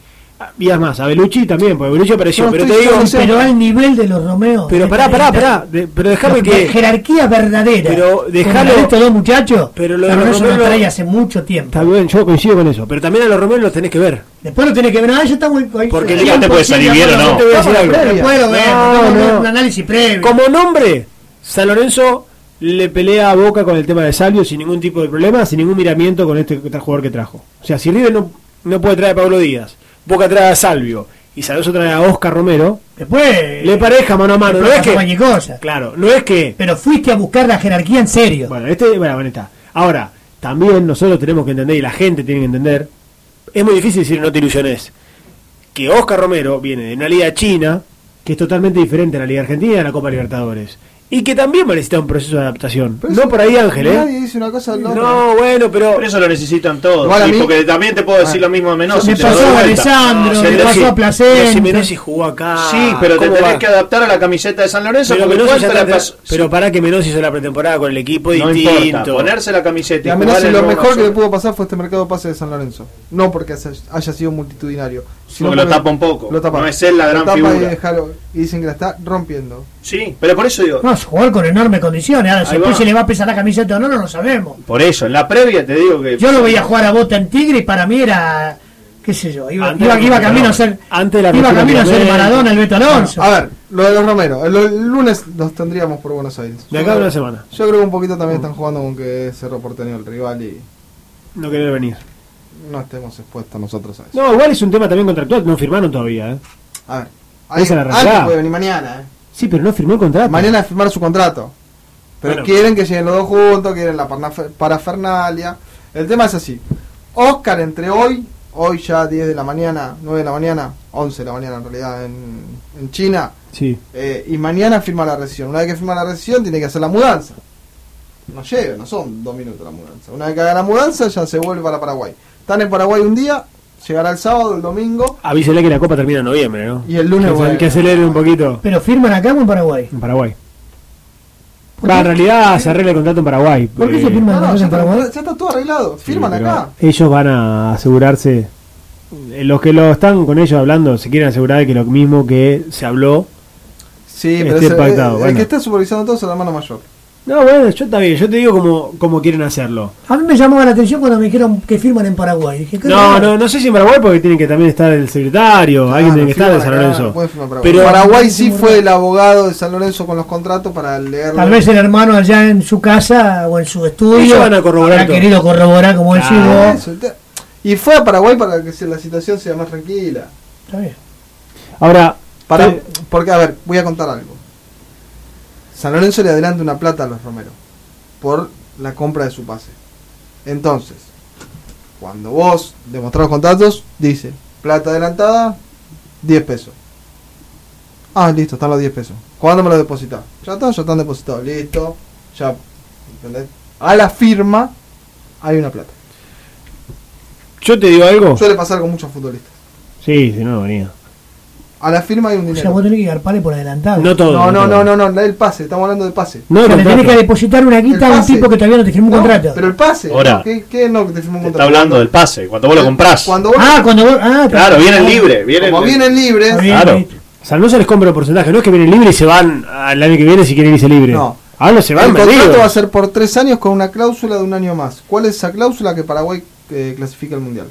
Speaker 2: Y además, a Belucci también, porque Belucci Pues apareció.
Speaker 3: No,
Speaker 2: pero
Speaker 3: estoy
Speaker 2: te digo.
Speaker 3: diciendo, pero al nivel de los Romeos.
Speaker 2: Pero
Speaker 3: de
Speaker 2: pará, pará,
Speaker 3: esta-
Speaker 2: pará. de- pero déjame
Speaker 3: Los-
Speaker 2: que.
Speaker 3: de jerarquía verdadera.
Speaker 2: Pero dejalo-
Speaker 3: Con estos dos muchachos.
Speaker 2: Pero lo de
Speaker 3: la
Speaker 2: los
Speaker 3: Romeos
Speaker 2: Romero-
Speaker 3: lo trae hace mucho tiempo.
Speaker 2: Está bien, yo coincido con eso. Pero también a los Romero los tenés que ver.
Speaker 3: Después lo tenés que ver. Ah, ya está muy. ahí-
Speaker 2: Porque
Speaker 3: ahí
Speaker 2: el día te puede
Speaker 3: imposible,
Speaker 2: salir bien o
Speaker 3: aparte, yo
Speaker 2: no.
Speaker 3: te voy a decir
Speaker 2: Estamos
Speaker 3: algo.
Speaker 2: en previa.
Speaker 3: Después lo ves,
Speaker 2: No,
Speaker 3: vamos a ver
Speaker 2: no.
Speaker 3: Un análisis previo.
Speaker 2: Como nombre, San Lorenzo le pelea a Boca con el tema de Salvio sin ningún tipo de problema, sin ningún miramiento con este tra- jugador que trajo. O sea, si River no, no puede traer a Pablo Díaz, Boca trae a Salvio y San Lorenzo trae a Oscar Romero,
Speaker 3: Después.
Speaker 2: le pareja mano a mano. No
Speaker 3: después
Speaker 2: es que.
Speaker 3: pasó cualquier cosa.
Speaker 2: Claro, no es que.
Speaker 3: Pero fuiste a buscar la jerarquía en serio.
Speaker 2: Bueno, este, bueno, bueno, está. Ahora, también nosotros tenemos que entender y la gente tiene que entender. Es muy difícil decir no te ilusiones. Que Oscar Romero viene de una liga china que es totalmente diferente a la liga argentina y a la Copa Libertadores. Y que también va a necesitar un proceso de adaptación. no por ahí, Ángel, ¿eh?
Speaker 1: Nadie dice una cosa al otro.
Speaker 2: No, bueno, pero.
Speaker 4: Por eso lo necesitan todos.
Speaker 2: Igual a
Speaker 4: Y
Speaker 2: mí-
Speaker 4: porque también te puedo decir
Speaker 2: Ah.
Speaker 4: lo mismo a Menos.
Speaker 2: Me pasó a Alessandro, me pasó a Placente. Menossi jugó acá.
Speaker 4: Sí, pero te
Speaker 2: ¿Cómo
Speaker 4: tenés
Speaker 2: va?
Speaker 4: que adaptar a la camiseta de San Lorenzo.
Speaker 2: Pero,
Speaker 4: porque
Speaker 2: Menossi ya
Speaker 4: ¿cuánto
Speaker 2: está-
Speaker 4: la pasó?
Speaker 2: pero para que Menos hizo la pretemporada con el equipo
Speaker 4: No
Speaker 2: distinto.
Speaker 4: importa, ponerse la camiseta
Speaker 1: Y a menos si lo mejor que le pudo pasar fue este mercado de pases de San Lorenzo. No porque haya- haya sido multitudinario. sino
Speaker 4: Porque lo
Speaker 1: porque
Speaker 4: tapa un poco.
Speaker 1: Lo tapa.
Speaker 4: No es él la
Speaker 1: Lo
Speaker 4: gran
Speaker 1: tapa Y,
Speaker 4: figura.
Speaker 1: dejalo- y dicen que la está rompiendo.
Speaker 4: Sí, pero por eso digo,
Speaker 3: No, es un jugador con enormes condiciones. Ahora, si
Speaker 4: Ahí
Speaker 3: después
Speaker 4: va.
Speaker 3: se le va a pesar la camiseta o no, no lo sabemos.
Speaker 4: por eso, en la previa te digo que.
Speaker 3: Yo lo veía jugar a Bota en Tigre y para mí era. ¿Qué sé yo? Iba,
Speaker 4: Antes
Speaker 3: iba-
Speaker 4: del
Speaker 3: iba
Speaker 4: Beto
Speaker 3: camino a
Speaker 4: Alonso.
Speaker 3: ser.
Speaker 2: Antes de la
Speaker 3: iba
Speaker 2: ruptura
Speaker 3: camino a
Speaker 2: de
Speaker 3: ser
Speaker 2: Romero.
Speaker 3: Maradona, el Beto Alonso.
Speaker 1: Bueno, a ver, lo de los Romero. El, el lunes los tendríamos por Buenos Aires.
Speaker 2: De acá a una semana. Mm.
Speaker 1: Yo creo que un poquito también están jugando con que es Cerro Porteño el rival y
Speaker 2: No querer venir.
Speaker 1: no estemos expuestos nosotros a eso.
Speaker 2: No, igual es un tema también contractual. No firmaron todavía, ¿eh?
Speaker 1: A ver.
Speaker 2: Esa es la
Speaker 1: alguien
Speaker 2: realidad.
Speaker 1: puede venir mañana. ¿eh?
Speaker 2: Sí, pero no firmó el contrato.
Speaker 1: Mañana a firmar su contrato. Pero
Speaker 2: Bueno.
Speaker 1: quieren que lleguen los dos juntos, quieren la parnaf- parafernalia. El tema es así. Oscar entre hoy, hoy ya 10 de la mañana, 9 de la mañana, 11 de la mañana en realidad en, en China,
Speaker 2: Sí.
Speaker 1: eh, y mañana firma la rescisión. Una vez que firma la rescisión tiene que hacer la mudanza. No llega, no son dos minutos la mudanza. Una vez que haga la mudanza ya se vuelve para Paraguay. Están en Paraguay un día, llegará el sábado, el domingo,
Speaker 2: Avísele que la copa termina en noviembre, ¿no?
Speaker 1: Y el lunes
Speaker 2: Que se-
Speaker 1: vuelve.
Speaker 2: Que acelere un poquito
Speaker 3: Pero firman acá o en Paraguay.
Speaker 2: en Paraguay. Va, en realidad se arregla el contrato en Paraguay.
Speaker 3: ¿Por qué
Speaker 2: eh,
Speaker 3: se firman
Speaker 1: No, no,
Speaker 3: acá
Speaker 1: ya
Speaker 3: en Paraguay?
Speaker 1: está, ya está todo arreglado. Firman
Speaker 2: pero
Speaker 1: acá.
Speaker 2: Ellos van a asegurarse. eh, Los que lo están con ellos hablando se quieren asegurar de que lo mismo que se habló.
Speaker 1: Sí,
Speaker 2: esté
Speaker 1: pero ese-
Speaker 2: pactado,
Speaker 1: el, el
Speaker 2: bueno.
Speaker 1: que está supervisando todo es el hermano mayor.
Speaker 2: No, bueno, yo también. Yo te digo como, como quieren hacerlo.
Speaker 3: A mí me llamaba la atención cuando me dijeron que firman en Paraguay. Dije, ¿qué
Speaker 2: No,
Speaker 3: raro?
Speaker 2: no, no sé si en Paraguay porque tiene que también estar el secretario. alguien tiene que estar de San Lorenzo.
Speaker 1: Pero
Speaker 2: Pero
Speaker 1: Paraguay sí fue el abogado de San Lorenzo con los contratos para leer.
Speaker 3: Tal vez el hermano allá en su casa o en su
Speaker 1: Ellos
Speaker 3: estudio
Speaker 1: van a corroborar
Speaker 3: habrá
Speaker 1: todo.
Speaker 3: querido corroborar como él
Speaker 1: Ah,
Speaker 3: decís
Speaker 1: eso, te- Y fue a Paraguay para que se- la situación sea más tranquila.
Speaker 3: vos. Está bien.
Speaker 2: Ahora,
Speaker 1: Para, Porque, a ver, voy a contar algo. San Lorenzo le adelanta una plata a los Romero por la compra de su pase. Entonces, cuando vos demostrás los contratos, dice, plata adelantada, 10 pesos. Ah, listo, están los 10 pesos. ¿Cuándo me los depositas? Ya están, ya están depositados, listo. Ya, ¿entendés? A la firma hay una plata.
Speaker 2: yo te digo algo.
Speaker 1: Suele pasar con muchos futbolistas.
Speaker 2: Sí, si no, no venía.
Speaker 1: A la firma hay un
Speaker 3: O sea,
Speaker 1: dinero.
Speaker 3: vos tenés que garparle por adelantado.
Speaker 2: No todo.
Speaker 1: No, no,
Speaker 2: todo.
Speaker 1: no, no, no, el pase, estamos hablando del pase.
Speaker 2: No,
Speaker 3: O sea, le
Speaker 2: no,
Speaker 3: tenés
Speaker 2: claro.
Speaker 3: que depositar una guita
Speaker 1: El
Speaker 3: a un
Speaker 1: pase.
Speaker 3: tipo que todavía no te firmó un
Speaker 1: No,
Speaker 3: contrato.
Speaker 1: Pero el pase.
Speaker 4: Ahora.
Speaker 1: ¿Qué, qué no que te firmó un
Speaker 4: Está
Speaker 1: contrato?
Speaker 4: hablando del pase, cuando vos lo comprás.
Speaker 1: Eh, Cuando vos-
Speaker 3: Ah, cuando vos. Ah,
Speaker 4: Claro, vienen libre. Vienen
Speaker 1: como vienen libres.
Speaker 4: Claro.
Speaker 2: San Lorenzo les compra un porcentaje, no es que vienen libres y se van al año que viene si quieren irse libre.
Speaker 1: No.
Speaker 2: Ahora se van
Speaker 1: el contrato va a
Speaker 2: perdidos.
Speaker 1: ser por tres años con una cláusula de un año más. ¿Cuál es esa cláusula que Paraguay eh, clasifica al mundial?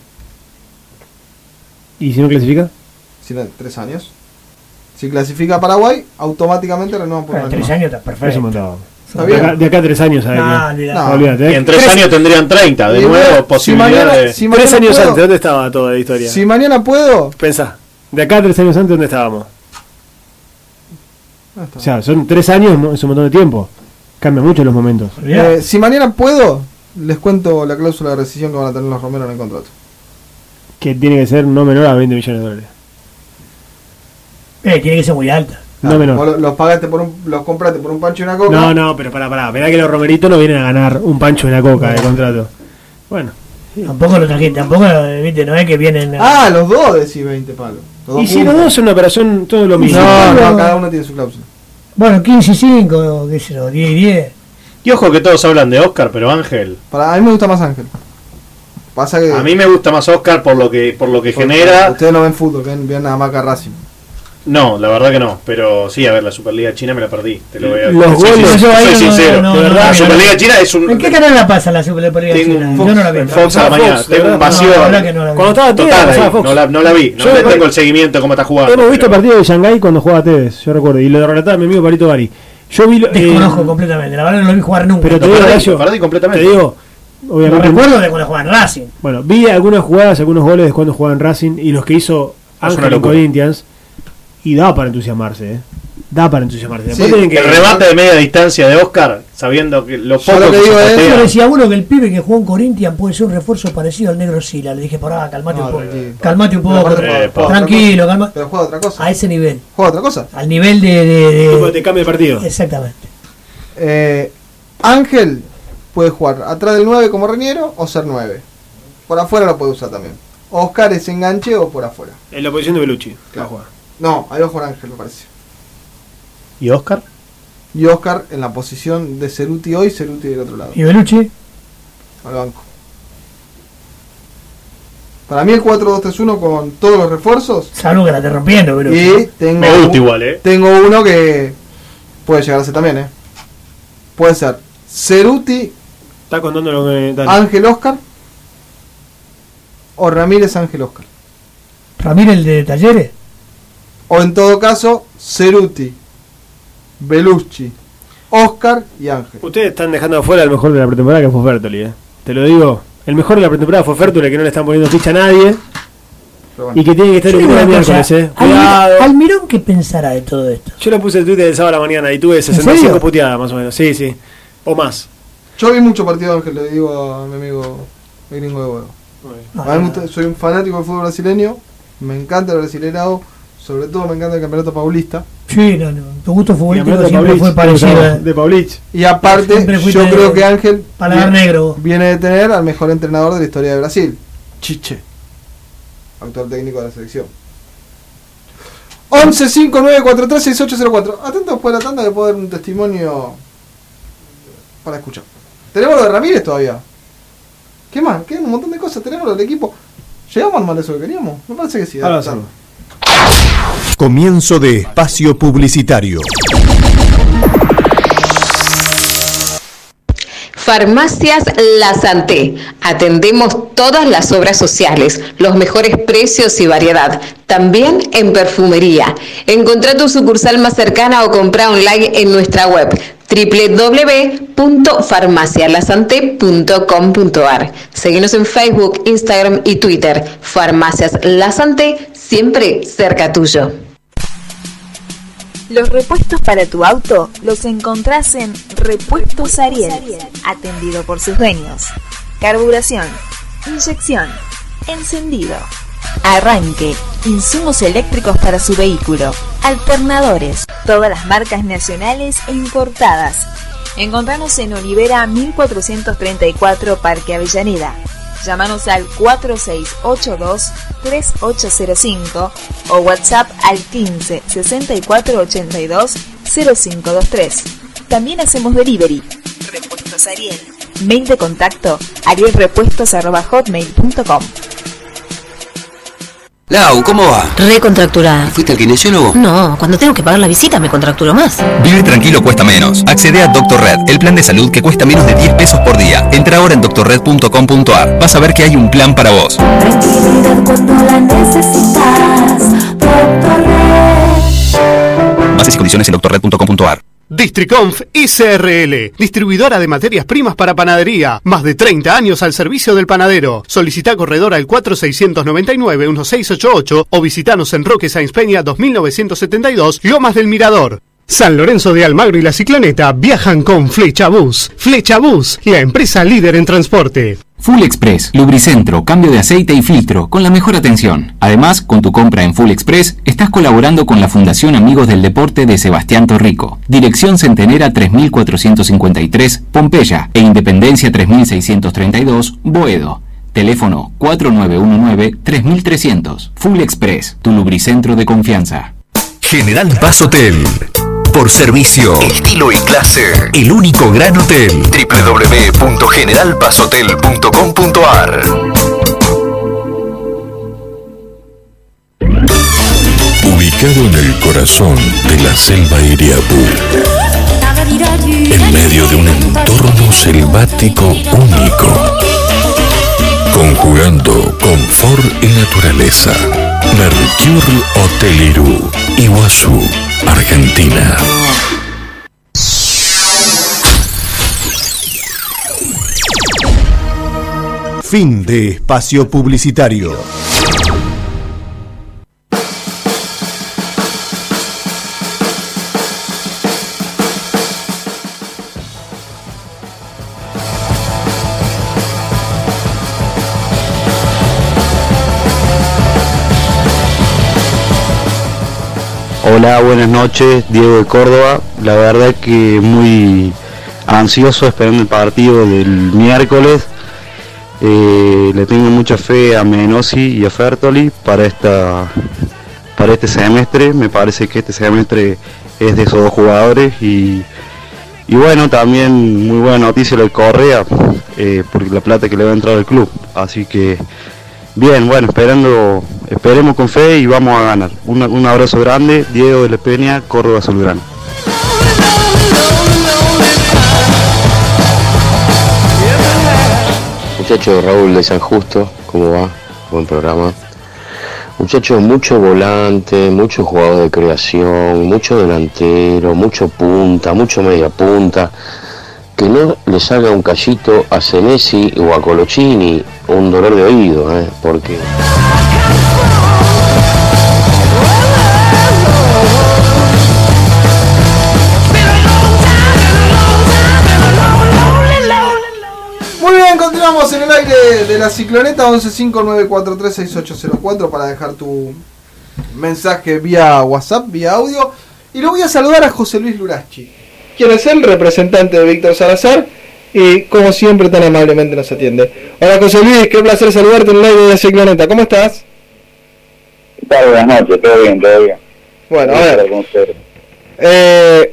Speaker 2: ¿Y si no clasifica?
Speaker 1: Si no, tres años. Si clasifica Paraguay, automáticamente renuevan por un año
Speaker 14: tres
Speaker 1: más.
Speaker 14: años está perfecto.
Speaker 2: Es un montón.
Speaker 1: Está
Speaker 2: De
Speaker 1: bien.
Speaker 2: acá, de acá a tres años, a ver.
Speaker 1: No,
Speaker 2: que-
Speaker 1: olvidate.
Speaker 2: olvidate,
Speaker 4: Y
Speaker 2: ¿eh?
Speaker 4: en tres años tendrían 30, de
Speaker 1: Y
Speaker 4: nuevo,
Speaker 1: bueno, si
Speaker 4: posibilidad
Speaker 1: mañana-
Speaker 4: de-
Speaker 1: si
Speaker 2: tres
Speaker 1: mañana
Speaker 2: años
Speaker 1: puedo-
Speaker 2: antes, ¿dónde estaba toda la historia?
Speaker 1: Si mañana puedo,
Speaker 2: Pensá, de acá a tres años antes, ¿dónde estábamos?
Speaker 1: Ah,
Speaker 2: O sea, son tres años, ¿no? es un montón de tiempo. Cambia mucho los momentos.
Speaker 1: eh, si mañana puedo, les cuento la cláusula de rescisión que van a tener los romeros en el contrato.
Speaker 2: Que tiene que ser no menor a 20 millones de dólares.
Speaker 14: Eh, tiene que ser muy alta.
Speaker 2: No menor.
Speaker 1: Vos lo- los pagaste Ah, por un, los compraste por un pancho y una coca.
Speaker 2: No, no, pero pará, pará. Verá que los romeritos no vienen a ganar un pancho y una coca de contrato. Bueno.
Speaker 14: Tampoco lo traje, tampoco, eh, viste, no es que vienen. a-
Speaker 1: Ah, los dos decís 20 palos. Los dos
Speaker 2: Y si los
Speaker 1: juntos.
Speaker 2: dos son una operación, todo lo mismo.
Speaker 1: No, no, cada uno tiene su cláusula.
Speaker 14: Bueno, 15 y 5, qué sé yo, 10 y 10.
Speaker 4: Y ojo que todos hablan de Oscar, pero Ángel.
Speaker 1: Para, a mí me gusta más Ángel. Pasa que
Speaker 4: A mí me gusta más Oscar por lo que por lo que
Speaker 1: porque
Speaker 4: genera.
Speaker 1: Ustedes no ven fútbol, ven, ven nada más que a Racing.
Speaker 4: No, la verdad que no. Pero sí, a ver, la Superliga China me la perdí. Te lo voy a
Speaker 1: Los
Speaker 4: soy
Speaker 1: goles.
Speaker 4: sin-
Speaker 1: Yo
Speaker 4: soy
Speaker 1: ahí no-
Speaker 4: sincero.
Speaker 1: no, no,
Speaker 4: De verdad,
Speaker 1: no,
Speaker 4: la
Speaker 1: no.
Speaker 4: Superliga China es un.
Speaker 14: ¿En qué canal la pasa la Superliga China? Yo no la veo.
Speaker 4: en Fox a la mañana. Tengo un vacío.
Speaker 14: No, la verdad que no la veo.
Speaker 4: total.
Speaker 2: pasaba
Speaker 4: ahí.
Speaker 2: Fox.
Speaker 4: No la, no la vi. No
Speaker 2: Yo
Speaker 4: le
Speaker 2: me-
Speaker 4: tengo el seguimiento cómo está jugando.
Speaker 2: Hemos visto
Speaker 4: pero-
Speaker 2: partidos de Shanghái cuando jugaba Tevez, yo recuerdo. Y lo relataba mi amigo Parito Bari. Yo vi. lo- eh,
Speaker 14: Desconozco completamente, la verdad no lo vi jugar nunca.
Speaker 2: Pero te
Speaker 14: Lo
Speaker 2: digo,
Speaker 14: perdí,
Speaker 2: Horacio,
Speaker 14: lo perdí completamente.
Speaker 2: Te digo,
Speaker 14: Lo
Speaker 2: obviamente.
Speaker 14: recuerdo de cuando jugaba en Racing.
Speaker 2: Bueno, vi algunas jugadas, algunos goles de cuando jugaba en Racing y los que hizo
Speaker 4: una
Speaker 2: Ángel en
Speaker 4: locura.
Speaker 2: Corinthians. Y da para entusiasmarse, ¿eh? Da para entusiasmarse. Después tienen que-
Speaker 4: el remate de media distancia de Oscar, sabiendo que lo poco
Speaker 2: lo que digo
Speaker 4: se
Speaker 2: es-
Speaker 4: patea.
Speaker 14: Yo le decía a uno que el pibe que jugó en Corinthians puede ser un refuerzo parecido al negro Sila. Le dije, pará, calmate un poco. Calmate un
Speaker 1: Pero
Speaker 14: poco.
Speaker 1: aparte juega- juega otra
Speaker 14: tranquilo, calma.
Speaker 1: Pero juega otra cosa.
Speaker 14: A ese nivel.
Speaker 1: Juega otra cosa.
Speaker 14: Al nivel de. de, de-
Speaker 2: Tipo, te cambia el partido.
Speaker 14: Exactamente.
Speaker 1: Eh, Ángel puede jugar atrás del 9 como Reñero o ser 9. Por afuera lo puede usar también. Oscar es enganche o por afuera.
Speaker 2: En la posición de Belucci.
Speaker 1: No, ahí va a jugar Ángel, me parece.
Speaker 4: ¿Y Oscar?
Speaker 1: Y Oscar en la posición de Ceruti hoy, Ceruti del otro lado.
Speaker 14: ¿Y Belucci?
Speaker 1: Al banco. Para mí el 4-2-3-1 con todos los refuerzos.
Speaker 14: Salvo que la esté rompiendo, Belucci.
Speaker 1: Y tengo,
Speaker 14: Me gusta
Speaker 1: un-
Speaker 14: igual, eh.
Speaker 1: tengo uno que puede llegar a ser también, ¿eh? Puede ser Ceruti,
Speaker 2: Está contando lo que. dale.
Speaker 1: Ángel Oscar o Ramírez Ángel Oscar.
Speaker 14: Ramírez, el de Talleres.
Speaker 1: O en todo caso, Ceruti, Belucci, Oscar y Ángel.
Speaker 2: Ustedes están dejando afuera el mejor de la pretemporada que fue Fertoli, ¿eh? Te lo digo. El mejor de la pretemporada fue Fertoli, que no le están poniendo ficha a nadie. Y que tiene que estar
Speaker 14: Yo digo
Speaker 2: el
Speaker 14: una cosa,
Speaker 2: miércoles, ¿eh?
Speaker 14: Almirón-
Speaker 2: Cuidado.
Speaker 14: Almirón, ¿qué pensará de todo esto?
Speaker 2: Yo la puse el Twitter el sábado a la mañana y tuve 65
Speaker 14: serio?
Speaker 2: puteadas más o menos. Sí, sí. O más.
Speaker 1: Yo vi mucho partido de Ángel, le digo a mi amigo el gringo de huevo. A mí me gusta- soy un fanático del fútbol brasileño, me encanta el brasileirado, sobre todo me encanta el campeonato paulista.
Speaker 14: Sí, no, no. Tu gusto futbolístico
Speaker 1: Campeonato
Speaker 14: siempre fue parecido. ¿eh? a-
Speaker 2: De Paulich.
Speaker 1: Y aparte,
Speaker 14: Siempre fuiste
Speaker 1: yo
Speaker 14: de-
Speaker 1: creo que Ángel
Speaker 14: paladar
Speaker 1: viene-
Speaker 14: negro, vos.
Speaker 1: viene de tener al mejor entrenador de la historia de Brasil, Chiche, actual técnico de la selección. 11 5 9 4 3 6 8 0 4. Atento después de la tanda de poder un testimonio para escuchar. Tenemos lo de Ramírez todavía. ¿Qué más? Quedan un montón de cosas. Tenemos lo del equipo. ¿Llegamos a armar eso que queríamos? Me parece que sí.
Speaker 2: Ahora
Speaker 1: dale.
Speaker 15: Comienzo de espacio publicitario.
Speaker 7: Farmacias La Santé. Atendemos todas las obras sociales, los mejores precios y variedad. También en perfumería. Encontrá tu sucursal más cercana o compra online en nuestra web www.farmacialasante.com.ar. Seguimos en Facebook, Instagram y Twitter. Farmacias La Santé, siempre cerca tuyo.
Speaker 8: Los repuestos para tu auto los encontrás en Repuestos Ariel, atendido por sus dueños. Carburación, inyección, encendido, arranque, insumos eléctricos para su vehículo, alternadores, todas las marcas nacionales e importadas. Encontranos en Olivera 1434 Parque Avellaneda. Llámanos al 4682-3805 o WhatsApp al 15 6482 0523. También hacemos delivery. Repuestos Ariel. Mail de contacto arielrepuestos.hotmail.com
Speaker 10: Lau, ¿cómo va?
Speaker 16: Recontracturada.
Speaker 10: ¿Fuiste al kinesiólogo?
Speaker 16: No, cuando tengo que pagar la visita me contracturo más.
Speaker 6: Vive tranquilo cuesta menos. Accede a Doctor Red, el plan de salud que cuesta menos de 10 pesos por día. Entra ahora en doctorred.com.ar. Vas a ver que hay un plan para vos.
Speaker 17: Tranquilidad cuando la necesitas. Doctor Red.
Speaker 6: Bases y condiciones en doctorred.com.ar.
Speaker 9: Districonf ICRL, distribuidora de materias primas para panadería, más de 30 años al servicio del panadero. Solicita corredor al 4699-1688 o visitanos en Roque Sáenz Peña 2972, Lomas del Mirador.
Speaker 18: San Lorenzo de Almagro y la Cicloneta viajan con Flecha Bus. Flecha Bus, la empresa líder en transporte.
Speaker 10: Full Express, lubricentro, cambio de aceite y filtro, con la mejor atención. Además, con tu compra en Full Express, estás colaborando con la Fundación Amigos del Deporte de Sebastián Torrico. Dirección Centenera 3453, Pompeya, e Independencia 3632, Boedo. Teléfono 4919-3300. Full Express, tu lubricentro de confianza.
Speaker 19: General Paz Hotel. Por servicio, estilo y clase. El único gran hotel. www.generalpazhotel.com.ar
Speaker 11: Ubicado en el corazón de la selva Iriapú, en medio de un entorno selvático único, conjugando confort y naturaleza. Mercure Hotel Irú, Iguazú, Argentina.
Speaker 15: Fin de espacio publicitario.
Speaker 20: Hola, buenas noches, Diego de Córdoba. La verdad que muy ansioso esperando el partido del miércoles. Eh, le tengo mucha fe a Menosi y a Fertoli para, esta, para este semestre. Me parece que este semestre es de esos dos jugadores. Y, y bueno, también muy buena noticia lo de Correa, eh, porque la plata que le va a entrar al club. Así que Bien, bueno, esperando, esperemos con fe y vamos a ganar. Un, un abrazo grande, Diego de la Peña, Córdoba Solgrano.
Speaker 21: Muchachos, Raúl de San Justo, ¿cómo va? Buen programa. Muchachos, mucho volante, mucho jugador de creación, mucho delantero, mucho punta, mucho media punta que no le salga un callito a Senesi o a Colocini, un dolor de oído, ¿eh? porque...
Speaker 22: Muy bien, continuamos en el aire de la cicloneta 1159436804 para dejar tu mensaje vía WhatsApp, vía audio. Y lo voy a saludar a José Luis Lurachi
Speaker 1: quien es el representante de Víctor Salazar y como siempre tan amablemente nos atiende. Hola José Luis, qué placer saludarte en el aire de Cicloneta, ¿cómo estás?
Speaker 23: ¿Qué tal? Buenas noches, todo bien, todo bien.
Speaker 1: Bueno, a ver. Eh,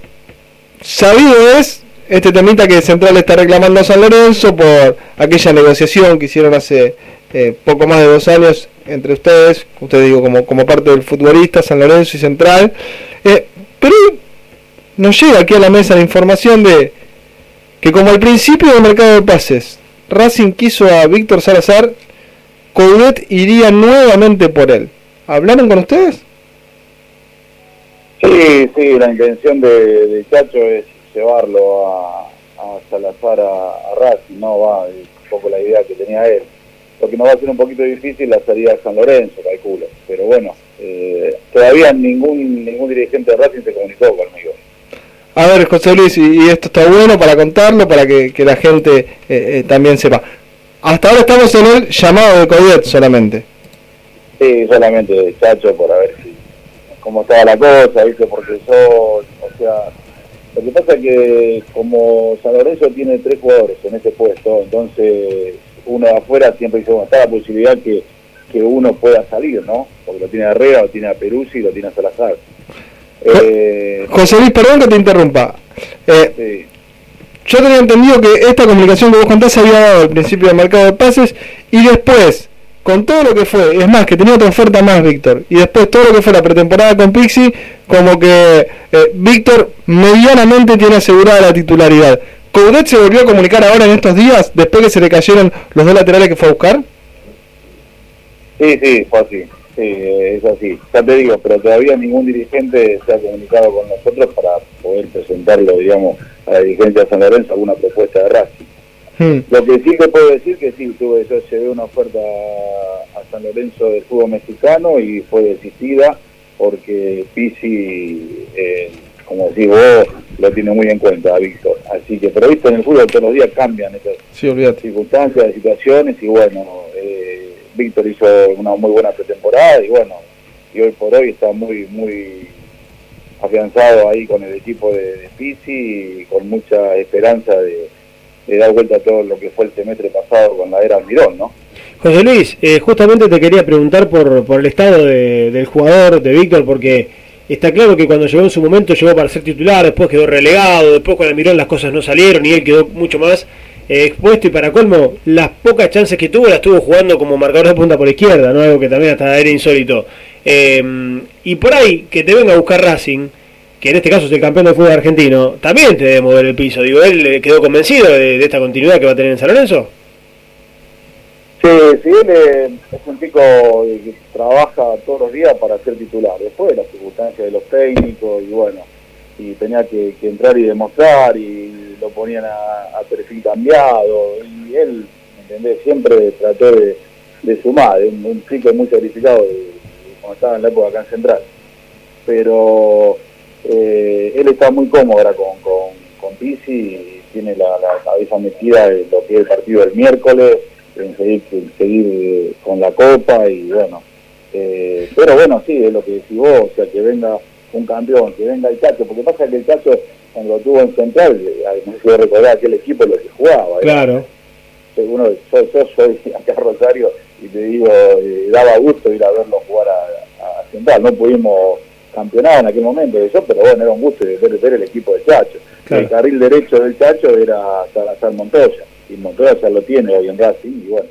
Speaker 1: sabido es este temita que Central está reclamando a San Lorenzo por aquella negociación que hicieron hace eh, poco más de dos años entre ustedes, ustedes digo como, como parte del futbolista San Lorenzo y Central. Eh, pero nos llega aquí a la mesa la información de que como al principio del mercado de pases, Racing quiso a Víctor Salazar, Coudet iría nuevamente por él. ¿Hablaron con ustedes?
Speaker 23: Sí, sí, la intención de, de Chacho es llevarlo a, a Salazar a, a, Racing, ¿no? Va, es un poco la idea que tenía él. Lo que nos va a ser un poquito difícil la salida a San Lorenzo, calculo. Pero bueno, eh, todavía ningún, ningún dirigente de Racing se comunicó conmigo.
Speaker 1: A ver, José Luis, y, esto está bueno para contarlo, para que, que la gente eh, eh, también sepa. Hasta ahora estamos en el llamado de Codet solamente.
Speaker 23: Sí, solamente, Chacho, por a ver si, cómo estaba la cosa, ¿viste? Porque yo, o sea, lo que pasa es que como San Lorenzo tiene tres jugadores en ese puesto, entonces uno de afuera siempre dice, bueno, está la posibilidad que, que uno pueda salir, ¿no? Porque lo tiene Herrera, lo tiene a Peruzzi, lo tiene a Salazar.
Speaker 1: Eh, José Luis, perdón que te interrumpa. Eh, sí. Yo tenía entendido que esta comunicación que vos contás se había dado al principio del mercado de pases y después, con todo lo que fue, es más, que tenía otra oferta más, Víctor, y después todo lo que fue la pretemporada con Pixie, como que eh, Víctor medianamente tiene asegurada la titularidad. ¿Coudet se volvió a comunicar ahora en estos días, después que se le cayeron los dos laterales que fue a buscar?
Speaker 23: Sí, sí, fue así. Sí, es así. Ya te digo, pero todavía ningún dirigente se ha comunicado con nosotros para poder presentarlo, digamos, a la dirigencia de San Lorenzo alguna propuesta de Racing.
Speaker 1: Hmm.
Speaker 23: Lo que sí te puedo decir que sí, tuve, yo llevé una oferta a San Lorenzo del fútbol mexicano y fue desistida porque Pisi, eh, como decís vos, lo tiene muy en cuenta, Víctor. Así que, pero viste, en el fútbol todos los días cambian esas
Speaker 1: Sí, olvídate.
Speaker 23: circunstancias, situaciones y bueno, eh, Víctor hizo una muy buena pretemporada y bueno, y hoy por hoy está muy, muy afianzado ahí con el equipo de, de Pizzi y con mucha esperanza de, de dar vuelta a todo lo que fue el semestre pasado con la era Almirón, ¿no?
Speaker 2: José Luis, eh, justamente te quería preguntar por, por el estado de- del jugador, de Víctor, porque está claro que cuando llegó en su momento llegó para ser titular, después quedó relegado, después con Almirón las cosas no salieron y él quedó mucho más eh, expuesto y para colmo, las pocas chances que tuvo las tuvo jugando como marcador de punta por izquierda, ¿no? Algo que también hasta era insólito. Eh, y por ahí, que te venga a buscar Racing, que en este caso es el campeón del fútbol argentino, también te debe mover el piso. Digo, él eh, quedó convencido de, de esta continuidad que va a tener en San Lorenzo.
Speaker 23: Sí, sí, él eh, es un chico que trabaja todos los días para ser titular, después de las circunstancias de los técnicos y bueno, y tenía que, que entrar y demostrar y lo ponían a, a perfil cambiado y él, ¿me entendés? Siempre trató de, de sumar, es un, un chico muy sacrificado de- de cuando estaba en la época acá en Central, pero eh, él está muy cómodo ahora con, con, con Pizzi y tiene la, la cabeza metida en lo que es el partido del miércoles en seguir, en seguir eh, con la copa y bueno. eh, pero bueno, sí, es lo que decís vos, o sea, que venga un campeón, que venga el Chacho, porque pasa que el Chacho cuando lo tuvo en Central, eh, ay, no sé si vos recordás aquel equipo en lo que jugaba. era-
Speaker 2: Claro.
Speaker 23: uno, yo, yo soy <laughs> acá en Rosario y te digo, eh, daba gusto ir a verlo jugar a, a Central, no pudimos campeonar en aquel momento, yo, pero bueno, era un gusto de ver, ver el equipo del Chacho.
Speaker 2: Claro.
Speaker 23: El carril derecho del Chacho era Salazar Montoya, y Montoya ya lo tiene hoy en Racing, y bueno,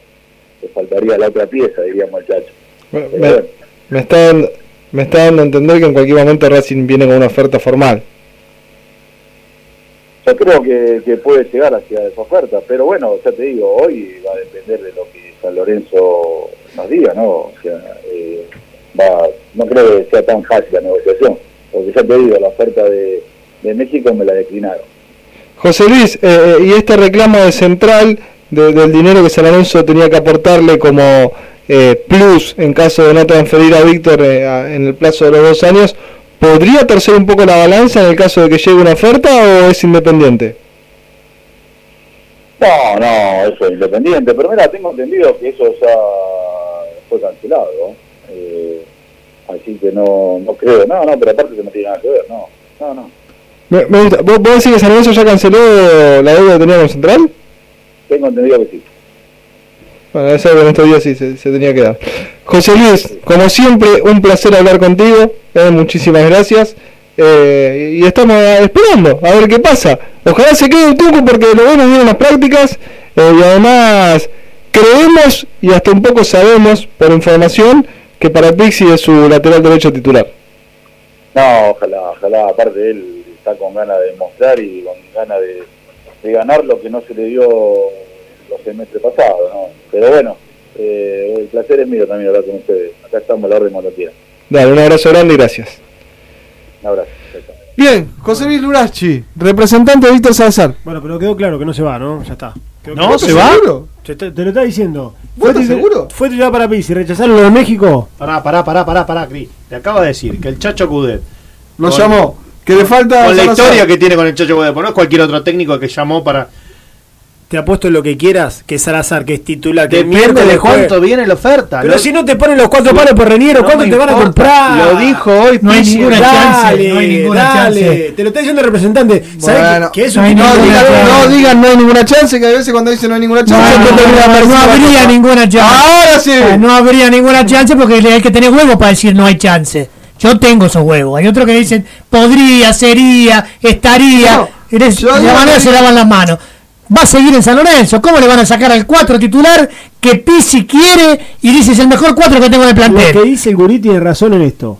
Speaker 23: le faltaría la otra pieza, diríamos el Chacho.
Speaker 1: Me, me- me está dando, me está dando a entender que en cualquier momento Racing viene con una oferta formal.
Speaker 23: Yo creo que, que puede llegar hacia esa oferta, pero bueno, ya te digo, hoy va a depender de lo que San Lorenzo nos diga, ¿no? O sea, eh, va, no creo que sea tan fácil la negociación, porque ya te digo, la oferta de, de México me la declinaron.
Speaker 1: José Luis, eh, eh, y este reclamo de Central de- del dinero que San Lorenzo tenía que aportarle como eh, plus en caso de no transferir a Víctor eh, a- en el plazo de los dos años, ¿podría torcer un poco la balanza en el caso de que llegue una oferta o es independiente?
Speaker 23: No, no, eso es independiente, pero mira, tengo entendido que eso ya fue cancelado, ¿no? Eh, así que no, no creo, no, no, pero aparte que no tiene nada que ver, no, no, no.
Speaker 1: Me- me gusta. ¿Vos, vos decís que San Lorenzo ya canceló la deuda que tenía con Central?
Speaker 23: Tengo entendido que sí.
Speaker 1: Bueno, eso en estos días sí se, se tenía que dar. José Luis, como siempre, un placer hablar contigo. eh, muchísimas gracias. eh, y estamos eh, esperando a ver qué pasa. Ojalá se quede un Tuco porque lo bueno vienen las prácticas. eh, y además, creemos y hasta un poco sabemos por información que para Pixi es su lateral derecho titular.
Speaker 23: No, ojalá, ojalá. Aparte, él está con ganas de mostrar y con ganas de, de ganar lo que no se le dio los semestres pasados. ¿no? Pero bueno, eh, el placer es mío también hablar con ustedes. Acá estamos a la orden cuando quieran.
Speaker 1: Dale, un abrazo grande y gracias.
Speaker 23: Un abrazo. Chao, chao.
Speaker 9: Bien, José Luis Lurachi, representante de Víctor Salazar.
Speaker 24: Bueno, pero quedó claro que no se va, ¿no? Ya está. Quedó
Speaker 9: ¿No?
Speaker 24: claro.
Speaker 9: ¿Se va? ¿Seguro?
Speaker 24: Se está- Te, lo está diciendo.
Speaker 9: ¿Vos estás
Speaker 24: titu-
Speaker 9: seguro?
Speaker 24: Fue titular para Pizzi, rechazaron lo de México.
Speaker 2: Pará, pará, pará, pará, pará, Cris. Te acaba de decir que el Chacho Cudet.
Speaker 9: Lo
Speaker 2: con-
Speaker 9: llamó, que le falta.
Speaker 2: Con la
Speaker 9: Salazar.
Speaker 2: historia que tiene con el Chacho Cudet. pues No es cualquier otro técnico que llamó para.
Speaker 24: Te apuesto lo que quieras, que Salazar, que es titular, que
Speaker 2: Depende de cuánto viene la oferta.
Speaker 24: Pero
Speaker 2: Lo-
Speaker 24: si no te ponen los cuatro palos por Reniero,
Speaker 2: No
Speaker 24: ¿cuánto
Speaker 2: me
Speaker 24: te van a
Speaker 2: importa.
Speaker 24: comprar?
Speaker 2: Lo dijo hoy
Speaker 24: No hay
Speaker 2: Pizzi.
Speaker 24: ninguna
Speaker 2: Dale,
Speaker 24: chance. No hay ninguna
Speaker 2: dale.
Speaker 24: chance. Te lo está diciendo el representante. ¿Sabés
Speaker 9: Bueno,
Speaker 24: que, que es
Speaker 9: no,
Speaker 24: un
Speaker 9: digan,
Speaker 24: titular?
Speaker 9: no digan, no hay ninguna chance, que a veces cuando dicen no hay ninguna chance,
Speaker 3: No,
Speaker 9: siempre termina
Speaker 3: no,
Speaker 9: apareciendo
Speaker 3: no
Speaker 9: la
Speaker 3: habría
Speaker 9: cosa.
Speaker 3: ninguna chance.
Speaker 9: Ahora sí.
Speaker 3: Eh, No habría ninguna chance porque hay que tener huevo para decir no hay chance. Yo tengo esos huevos. Hay otros que dicen podría, sería, estaría.
Speaker 9: No,
Speaker 3: Y de
Speaker 9: yo
Speaker 3: de
Speaker 9: digo
Speaker 3: la manera
Speaker 9: que-
Speaker 3: se lavan las manos. Va a seguir en San Lorenzo. ¿Cómo le van a sacar al 4 titular que Pisi quiere y dice es el mejor 4 que tengo en el
Speaker 24: Lo
Speaker 3: plantel?
Speaker 24: que dice el gurí tiene razón en esto.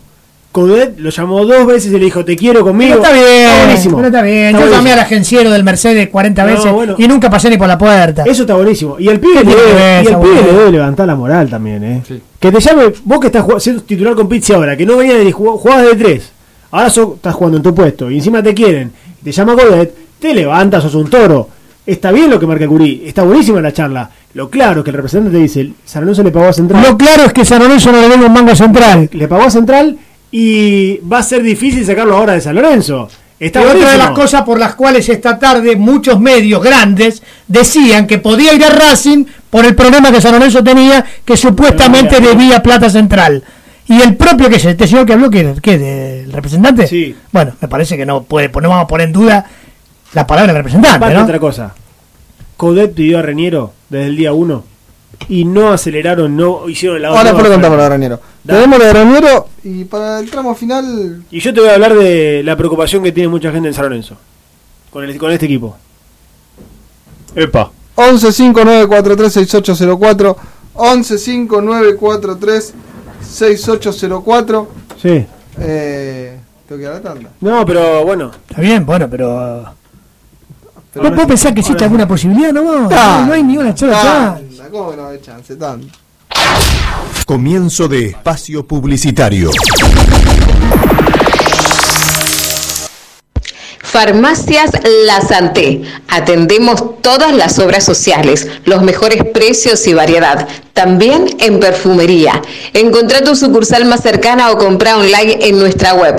Speaker 2: Coudet lo llamó dos veces y le dijo, te quiero conmigo.
Speaker 3: Pero está bien,
Speaker 2: Está buenísimo.
Speaker 3: pero está bien. Yo
Speaker 2: buenísimo.
Speaker 3: llamé al agenciero del Mercedes 40
Speaker 2: No,
Speaker 3: veces
Speaker 2: bueno.
Speaker 3: y nunca pasé ni por la puerta.
Speaker 2: Eso está buenísimo. Y el
Speaker 3: ¿Qué
Speaker 2: pibe, le
Speaker 3: tiene que ver
Speaker 2: debe, y el
Speaker 3: esa
Speaker 2: pibe
Speaker 3: boludez?
Speaker 2: le debe levantar la moral también, ¿eh? Que te llame, vos que estás jugando- siendo titular con Pizzi ahora, que no venía de jugó- jugabas de tres, ahora sos- estás jugando en tu puesto y encima te quieren, te llama Godet, te levantas, sos un toro. Está bien lo que marca Curí, está buenísima la charla. Lo claro es que el representante te dice, San Lorenzo le pagó a Central.
Speaker 3: Lo claro es que San Lorenzo no le debe un mango a central.
Speaker 2: Le pagó a Central y va a ser difícil sacarlo ahora de San Lorenzo. Está
Speaker 3: Y otra de
Speaker 2: buenísimo.
Speaker 3: las cosas por las cuales esta tarde muchos medios grandes decían que podía ir a Racing por el problema que San Lorenzo tenía, que supuestamente debía plata central. Y el propio que es este señor que habló, que el representante, bueno, me parece que no puede, pues no vamos a poner en duda la palabra del representante,
Speaker 2: Aparte
Speaker 3: ¿no?
Speaker 2: otra cosa. Codet pidió a Reniero desde el día 1 y no aceleraron, no hicieron la
Speaker 1: Ahora
Speaker 2: otra.
Speaker 1: después lo contamos lo de Raniero.
Speaker 2: Dale.
Speaker 1: Tenemos lo de Raniero y para el tramo final.
Speaker 2: Y yo te voy a hablar de la preocupación que tiene mucha gente en San Lorenzo con, el- con este equipo.
Speaker 1: Epa. 1159436804. 1159436804.
Speaker 2: Sí.
Speaker 1: Eh, tengo que ir a la tanda.
Speaker 2: No, pero bueno.
Speaker 3: Está bien, bueno, pero.
Speaker 1: Pero
Speaker 3: ¿No puedo pensar que existe alguna posibilidad? No, no,
Speaker 1: Tan,
Speaker 3: no hay ninguna chola. ya.
Speaker 1: tan. ¿Cómo que no hay chance? Tan.
Speaker 15: Comienzo de espacio publicitario.
Speaker 7: Farmacias La Santé. Atendemos todas las obras sociales, los mejores precios y variedad. También en perfumería. Encontrá tu sucursal más cercana o compra online en nuestra web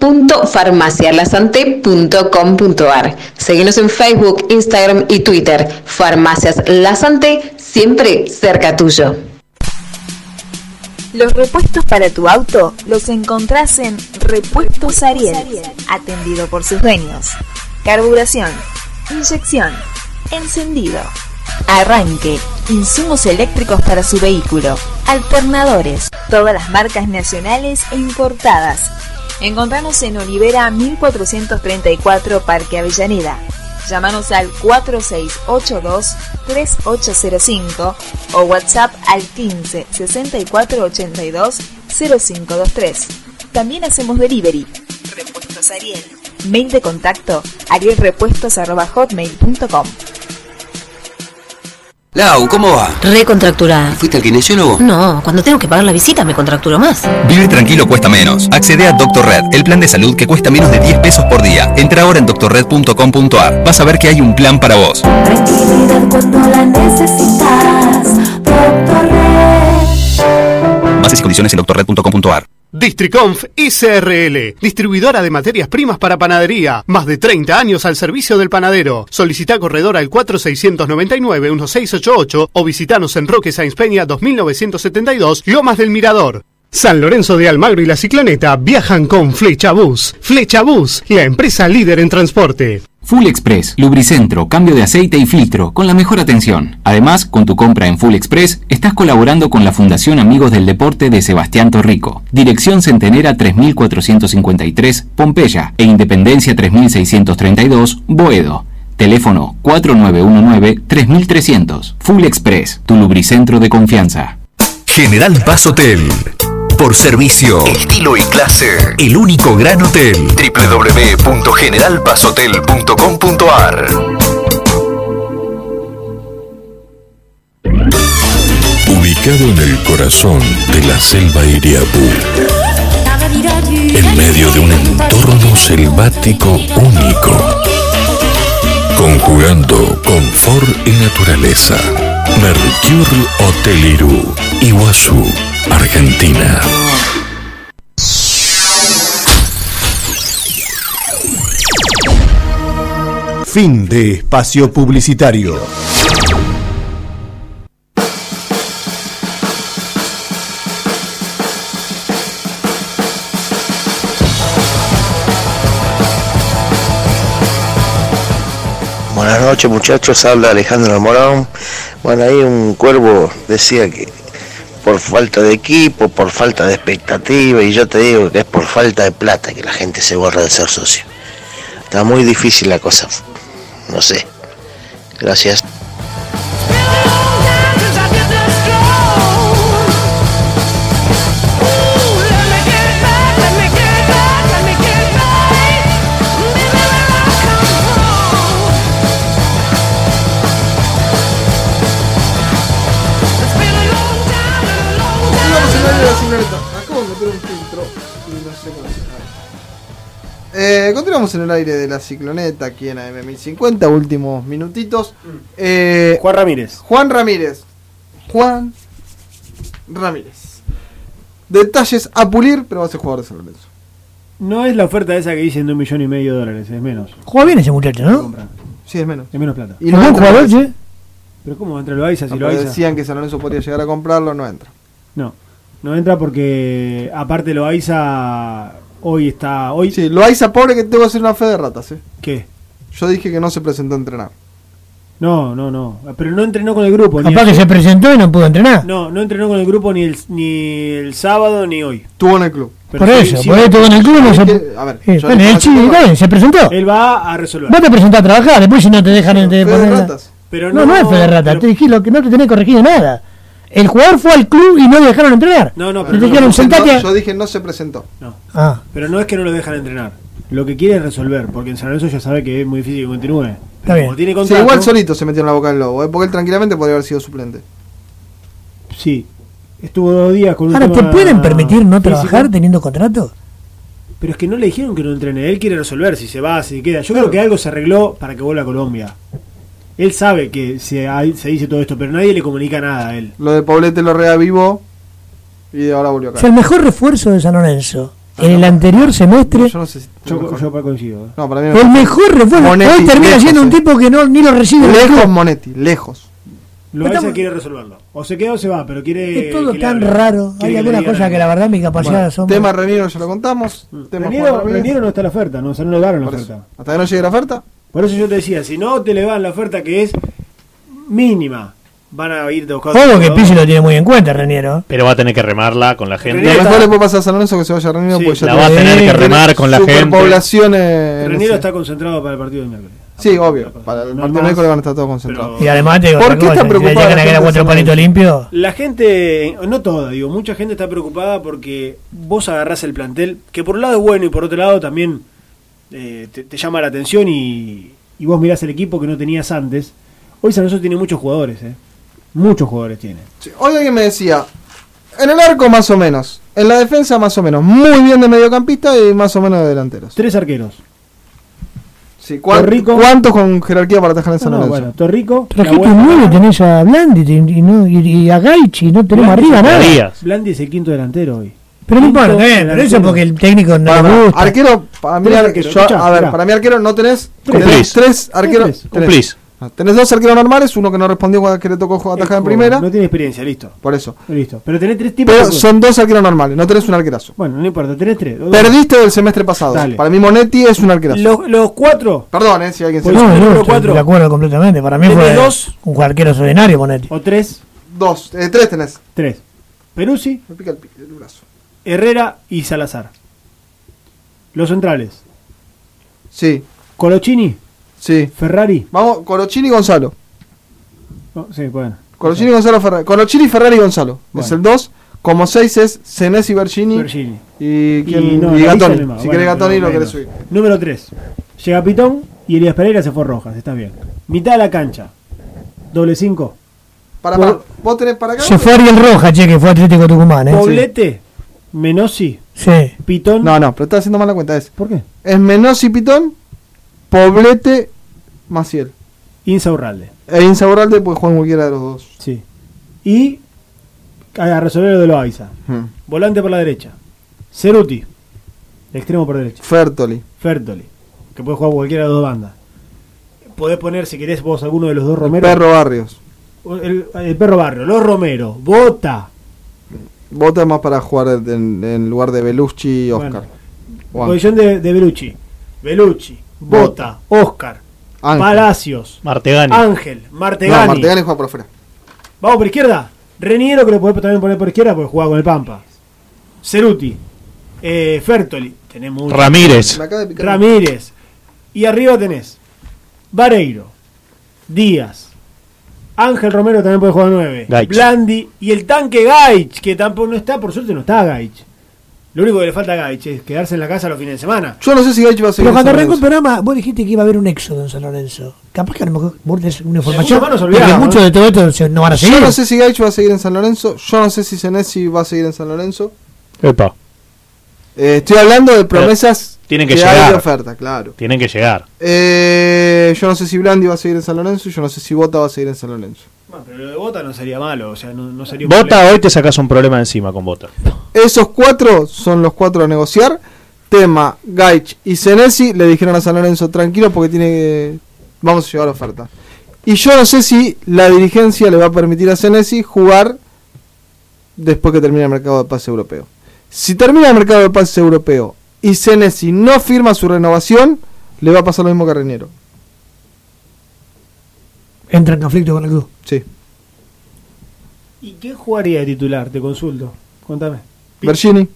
Speaker 7: www.farmacialasante.com.ar. Seguimos en Facebook, Instagram y Twitter. Farmacias La Santé, siempre cerca tuyo.
Speaker 8: Los repuestos para tu auto los encontrás en Repuestos Ariel, atendido por sus dueños. Carburación, inyección, encendido, arranque, insumos eléctricos para su vehículo, alternadores, todas las marcas nacionales e importadas. Encontrarnos en Olivera 1434 Parque Avellaneda. Llámanos al 4682-3805 o WhatsApp al 15 64 82 0523. También hacemos delivery. Repuestos Ariel. Mail de contacto arielrepuestos.hotmail.com
Speaker 16: Lau, ¿cómo va? Recontracturada.
Speaker 10: ¿Fuiste al kinesiólogo?
Speaker 16: No, cuando tengo que pagar la visita me contracturo más.
Speaker 6: Vivir tranquilo cuesta menos. Accede a Doctor Red, el plan de salud que cuesta menos de 10 pesos por día. Entra ahora en doctorred.com.ar. Vas a ver que hay un plan para vos.
Speaker 5: Tranquilidad cuando la necesitas. Doctor
Speaker 6: Bases y condiciones en doctorred.com.ar.
Speaker 9: Districonf SRL, distribuidora de materias primas para panadería, más de 30 años al servicio del panadero. Solicita corredor al 4699-1688 o visitanos en Roque Sáenz Peña 2972, Lomas del Mirador.
Speaker 17: San Lorenzo de Almagro y la Cicloneta viajan con Flecha Bus. Flecha Bus, la empresa líder en transporte.
Speaker 10: Full Express, lubricentro, cambio de aceite y filtro, con la mejor atención. Además, con tu compra en Full Express, estás colaborando con la Fundación Amigos del Deporte de Sebastián Torrico. Dirección Centenera 3453, Pompeya, e Independencia 3632, Boedo. Teléfono 4919-3300. Full Express, tu lubricentro de confianza.
Speaker 19: General Paz Hotel. Por servicio, estilo y clase. El único gran hotel. www.generalpazhotel.com.ar
Speaker 11: Ubicado en el corazón de la selva Iriapú, en medio de un entorno selvático único, conjugando confort y naturaleza. Mercure Hotel Irú, Iguazú, Argentina.
Speaker 15: Fin de espacio publicitario.
Speaker 12: Buenas noches muchachos, habla Alejandro Morón. Bueno, ahí un cuervo decía que por falta de equipo, por falta de expectativa, y yo te digo que es por falta de plata que la gente se borra de ser socio. Está muy difícil la cosa, no sé. Gracias.
Speaker 5: Red.
Speaker 1: Eh, continuamos en el aire de la cicloneta aquí en AM1050, últimos minutitos. Eh,
Speaker 2: Juan Ramírez.
Speaker 1: Juan Ramírez. Juan Ramírez. Detalles a pulir, pero va a ser jugador de San Lorenzo.
Speaker 2: No es la oferta esa que dicen de un millón y medio de dólares, es menos.
Speaker 3: Juega bien ese muchacho, ¿no?
Speaker 1: Sí, es menos.
Speaker 2: Es menos plata.
Speaker 3: Es buen jugador, che.
Speaker 2: Pero ¿cómo entra lo Aiza si
Speaker 1: No,
Speaker 2: lo
Speaker 1: pero
Speaker 2: Aiza?
Speaker 1: decían que San Lorenzo podía llegar a comprarlo, no entra.
Speaker 2: No, no entra porque aparte lo Aiza hoy está... hoy
Speaker 1: Sí, lo Aiza pobre que tengo que hacer una fe de ratas, eh.
Speaker 2: ¿Qué?
Speaker 1: Yo dije que no se presentó a entrenar.
Speaker 2: No, no, no. Pero no entrenó con el grupo. ni
Speaker 3: Capaz que
Speaker 2: ayer.
Speaker 3: se presentó y no pudo entrenar.
Speaker 2: No, no entrenó con el grupo ni el, ni el sábado ni hoy.
Speaker 1: Estuvo en el club.
Speaker 2: Pero
Speaker 3: por
Speaker 2: sí,
Speaker 3: eso,
Speaker 2: sí,
Speaker 3: por
Speaker 2: sí.
Speaker 3: eso estuvo en el club. No se...
Speaker 1: A ver,
Speaker 3: Eh,
Speaker 1: yo
Speaker 3: bueno,
Speaker 1: le-
Speaker 3: el chico, está bien, se presentó.
Speaker 2: Él va a resolver.
Speaker 3: Vos te presentás a trabajar, después si no te dejan de
Speaker 1: Fe de
Speaker 3: poner la-
Speaker 1: ratas.
Speaker 2: Pero
Speaker 3: No, no, es fe de rata. Te dije lo que no te tenés corregido nada. El jugador fue al club y no lo dejaron entrenar.
Speaker 2: No, no,
Speaker 3: Le
Speaker 2: pero no,
Speaker 3: dijeron,
Speaker 2: no,
Speaker 3: sentate. a-
Speaker 1: Yo dije no se presentó.
Speaker 2: No.
Speaker 3: Ah,
Speaker 2: Pero no es que no lo dejan entrenar. Lo que quiere es resolver, porque en San Lorenzo ya sabe que es muy difícil que continúe. Pero
Speaker 3: Está bien.
Speaker 2: Como tiene
Speaker 1: Sí,
Speaker 2: contrato,
Speaker 1: igual solito se metió en la boca del lobo, eh, porque él tranquilamente podría haber sido suplente.
Speaker 2: Sí. Estuvo dos días con un
Speaker 3: ahora, Ah, ¿te
Speaker 2: tema
Speaker 3: pueden permitir no
Speaker 2: físico.
Speaker 3: trabajar teniendo contrato?
Speaker 2: Pero es que no le dijeron que no entrene. Él quiere resolver si se va, si queda. Yo creo que algo se arregló para que vuelva a Colombia. Él sabe que se, hay- se dice todo esto, pero nadie le comunica nada a él.
Speaker 1: Lo de Paulete lo reavivó y ahora volvió
Speaker 3: O
Speaker 1: acá.
Speaker 3: sea, el mejor refuerzo de San Lorenzo en el anterior semestre
Speaker 1: Yo no sé si.
Speaker 2: Yo, yo coincido. ¿eh.
Speaker 1: No, para mí
Speaker 3: fue el mejor refuerzo.
Speaker 1: Monetti,
Speaker 3: Hoy termina
Speaker 1: lejos,
Speaker 3: siendo un
Speaker 1: eh.
Speaker 3: tipo que no, ni lo recibe. en el
Speaker 1: Lejos
Speaker 3: club.
Speaker 1: Monetti, lejos.
Speaker 2: Lo
Speaker 3: Estamos-
Speaker 2: ese quiere resolverlo. O se queda o se va, pero quiere.
Speaker 3: Es todo
Speaker 2: que le
Speaker 3: tan
Speaker 2: hablen.
Speaker 3: raro.
Speaker 2: Quiere
Speaker 3: Hay
Speaker 2: le
Speaker 3: algunas
Speaker 2: digan
Speaker 3: cosas que la verdad mi capacidad de asombro.
Speaker 1: Tema Reniero ya lo contamos. Tema Juan
Speaker 2: Mm. Reniero,
Speaker 1: Ramírez.
Speaker 2: Reniero no está la oferta, no, o sea, no le daron la
Speaker 1: Por
Speaker 2: oferta.
Speaker 1: eso. Hasta que no llegue la oferta.
Speaker 2: Por eso yo te decía, si no te le van la oferta que es mínima, van a ir a buscar.
Speaker 3: Juego
Speaker 2: otro
Speaker 3: que
Speaker 2: jugador.
Speaker 3: Pizzi lo tiene muy en cuenta, Reniero. ¿eh?
Speaker 13: Pero va a tener que remarla con la
Speaker 1: Lo
Speaker 13: gente.
Speaker 2: Reniero
Speaker 1: mejor
Speaker 2: está-
Speaker 1: le puede pasar a San Lorenzo que se vaya a Reniero
Speaker 2: Sí,
Speaker 1: porque ya
Speaker 13: La va a
Speaker 1: tiene-
Speaker 13: tener que
Speaker 1: tiene
Speaker 13: remar con la gente.
Speaker 1: superpoblación en-
Speaker 2: Reniero
Speaker 1: en-
Speaker 2: está concentrado para el partido de miércoles.
Speaker 1: Sí, obvio. Para el
Speaker 2: No
Speaker 1: partido
Speaker 2: más.
Speaker 1: miércoles van a estar todos concentrados.
Speaker 3: Y además te digo,
Speaker 1: ¿Por
Speaker 3: otra
Speaker 1: qué
Speaker 3: cosa,
Speaker 1: está
Speaker 3: si le
Speaker 1: preocupada
Speaker 3: llegan
Speaker 1: la
Speaker 3: a quedar
Speaker 1: gente
Speaker 3: cuatro
Speaker 1: de San
Speaker 3: palitos limpios.
Speaker 2: La gente, no toda, digo, mucha gente está preocupada porque vos agarrás el plantel, que por un lado es bueno y por otro lado también eh, te, te llama la atención y, y vos mirás el equipo que no tenías antes. Hoy San Lorenzo tiene muchos jugadores, ¿eh? Muchos jugadores tiene.
Speaker 1: Sí, Hoy alguien me decía, en el arco más o menos, en la defensa más o menos, muy bien de mediocampista y más o menos de delanteros.
Speaker 2: Tres arqueros.
Speaker 1: Sí, ¿cuán-
Speaker 2: Torrico.
Speaker 1: ¿Cuántos con jerarquía para atajar en
Speaker 2: No,
Speaker 1: San
Speaker 2: no,
Speaker 1: Lorenzo?
Speaker 2: bueno, Torrico.
Speaker 3: Trajiste
Speaker 2: Nahuel
Speaker 3: un nueve,
Speaker 2: Fernández.
Speaker 3: tenés a Blandi ten- y, no- y- y a Gaichi, no tenemos
Speaker 2: Blandi
Speaker 3: arriba
Speaker 2: es
Speaker 3: nada.
Speaker 2: el
Speaker 13: Díaz.
Speaker 2: Blandi es el quinto delantero hoy.
Speaker 3: Pero no importa,
Speaker 2: Quinto
Speaker 3: está bien, pero eso es
Speaker 2: delantero.
Speaker 3: porque el técnico no
Speaker 1: Para,
Speaker 3: le
Speaker 1: para,
Speaker 3: gusta.
Speaker 1: arquero, para mí,
Speaker 2: Tres
Speaker 1: ar-
Speaker 2: arqueros,
Speaker 1: yo-
Speaker 2: escuchá,
Speaker 1: a ver,
Speaker 2: mirá.
Speaker 1: para mí arquero no tenés,
Speaker 2: Cumplís.
Speaker 1: tenés tres arqueros.
Speaker 2: Cumplís.
Speaker 1: tenés-
Speaker 13: Cumplís.
Speaker 1: Tenés dos arqueros normales, uno que no respondió cuando que le tocó jugar- atajar en
Speaker 2: Joder,
Speaker 1: primera,
Speaker 2: No tiene experiencia, listo.
Speaker 1: por eso.
Speaker 2: Listo. Pero tenés tres tipos.
Speaker 1: Pero
Speaker 2: de-
Speaker 1: son dos arqueros normales, no tenés un arquerazo.
Speaker 2: Bueno, no importa, tenés tres.
Speaker 1: Perdiste del semestre pasado.
Speaker 2: Dale.
Speaker 1: Para mí Monetti es un arquerazo.
Speaker 2: Los, los cuatro
Speaker 1: Perdón, eh, si alguien se...
Speaker 2: Pues-
Speaker 3: No, no,
Speaker 2: número
Speaker 3: estoy
Speaker 2: cuatro.
Speaker 3: de acuerdo completamente. Para mí
Speaker 2: Tenés
Speaker 3: fue
Speaker 2: dos.
Speaker 3: un cualquier ordinario, ponete.
Speaker 2: o tres,
Speaker 1: Dos, eh, tres tenés.
Speaker 2: tres. Peruzzi,
Speaker 1: Me pica el, pi- el brazo.
Speaker 2: Herrera y Salazar. Los centrales.
Speaker 1: Sí,
Speaker 2: Colochini,
Speaker 1: sí.
Speaker 2: Ferrari.
Speaker 1: Vamos, Colochini y Gonzalo.
Speaker 2: No, Oh, sí, bueno.
Speaker 1: Colochini y Gonzalo Ferrari. Colochini, Ferrari y Gonzalo.
Speaker 2: Bueno.
Speaker 1: Es el 2. Como 6 es Cenés y Bergini.
Speaker 2: Bergini.
Speaker 1: Y, quién-
Speaker 2: Y no,
Speaker 1: y Gatoni.
Speaker 2: la lista es la misma.
Speaker 1: Si
Speaker 2: Bueno,
Speaker 1: querés Gatoni,
Speaker 2: pero
Speaker 1: lo querés
Speaker 2: menos.
Speaker 1: subir.
Speaker 2: Número tres. Llega Pitón y Elías Pereira se fue a Rojas, está bien. Mitad de la cancha. Doble cinco.
Speaker 1: Para,
Speaker 2: Por-
Speaker 1: para. ¿Vos tenés para acá?
Speaker 3: Se fue Ariel Roja, che, que fue Atlético Tucumán, ¿eh?
Speaker 2: Poblete, Menossi,
Speaker 3: Sí.
Speaker 2: Pitón.
Speaker 1: No, no, pero estás haciendo mala cuenta. Es,
Speaker 2: ¿Por qué?
Speaker 1: es Menos y Pitón, Poblete, Maciel.
Speaker 2: Insaurralde.
Speaker 1: E Insaurralde puede jugar en cualquiera de los dos.
Speaker 2: Sí. Y a resolver lo de Loaiza.
Speaker 1: Hmm.
Speaker 2: Volante por la derecha. Ceruti. Extremo por derecha.
Speaker 1: Fertoli.
Speaker 2: Fertoli. Que puede jugar cualquiera de las dos bandas. Podés poner, si querés, vos alguno de los dos Romero.
Speaker 1: Perro Barrios.
Speaker 2: O El, el perro Barrio. Los Romero. Bota.
Speaker 1: Vota más para jugar en, en lugar de Belucci y Oscar. O Ángel.
Speaker 2: Posición de, de Belucci. Belucci. Bota. Oscar.
Speaker 1: Ángel.
Speaker 2: Palacios.
Speaker 13: Martegani.
Speaker 2: Ángel.
Speaker 1: No,
Speaker 2: Martegani.
Speaker 1: Martegani juega por afuera.
Speaker 2: Vamos por izquierda. Reniero que lo podés también poner por izquierda porque juega con el Pampa. Ceruti. Eh, Fertoli. Tenemos mucho.
Speaker 13: Ramírez.
Speaker 1: Me acaba de picar.
Speaker 2: Ramírez. Y arriba tenés Vareiro, Díaz, Ángel Romero también puede jugar 9,
Speaker 13: Gaich.
Speaker 2: Blandi y el tanque Gaich, que tampoco no está, por suerte no está Gaich. Lo único que le falta a Gaich es quedarse en la casa los fines de semana.
Speaker 1: Yo no sé si Gaich va a seguir.
Speaker 3: Pero
Speaker 1: en
Speaker 3: cuando
Speaker 1: San
Speaker 3: arrancó el
Speaker 1: Lorenzo.
Speaker 3: programa, vos dijiste que iba a haber un éxodo en San Lorenzo. Capaz que a lo mejor vos tenés una información.
Speaker 2: manos
Speaker 3: porque
Speaker 2: olvidadas, ¿no?
Speaker 3: muchos de todo esto se- no van a seguir.
Speaker 1: Yo no sé si Gaich va a seguir en San Lorenzo. Yo no sé si Senesi va a seguir en San Lorenzo.
Speaker 13: Epa.
Speaker 1: Eh, estoy hablando de promesas
Speaker 20: Tienen que,
Speaker 1: hay
Speaker 20: llegar.
Speaker 1: de oferta, claro.
Speaker 20: Tienen que llegar.
Speaker 1: Eh, yo no sé si Blandi va a seguir en San Lorenzo, yo no sé si Bota va a seguir en San Lorenzo.
Speaker 2: Bueno, pero lo de Bota no sería malo, o sea, no, no sería un
Speaker 20: Bota,
Speaker 2: problema.
Speaker 20: hoy te sacas un problema encima con Bota.
Speaker 1: Esos cuatro son los cuatro a negociar. Tema, Gaich y Senesi le dijeron a San Lorenzo, tranquilo porque tiene que... Vamos a llevar oferta. Y yo no sé si la dirigencia le va a permitir a Senesi jugar después que termine el mercado de pase europeo. Si termina el mercado de pases europeo y Senesi no firma su renovación, le va a pasar lo mismo que a Reñero.
Speaker 9: Entra en conflicto con el club.
Speaker 1: Sí.
Speaker 2: ¿Y quién jugaría de titular? Te consulto. Contame.
Speaker 1: Bergini.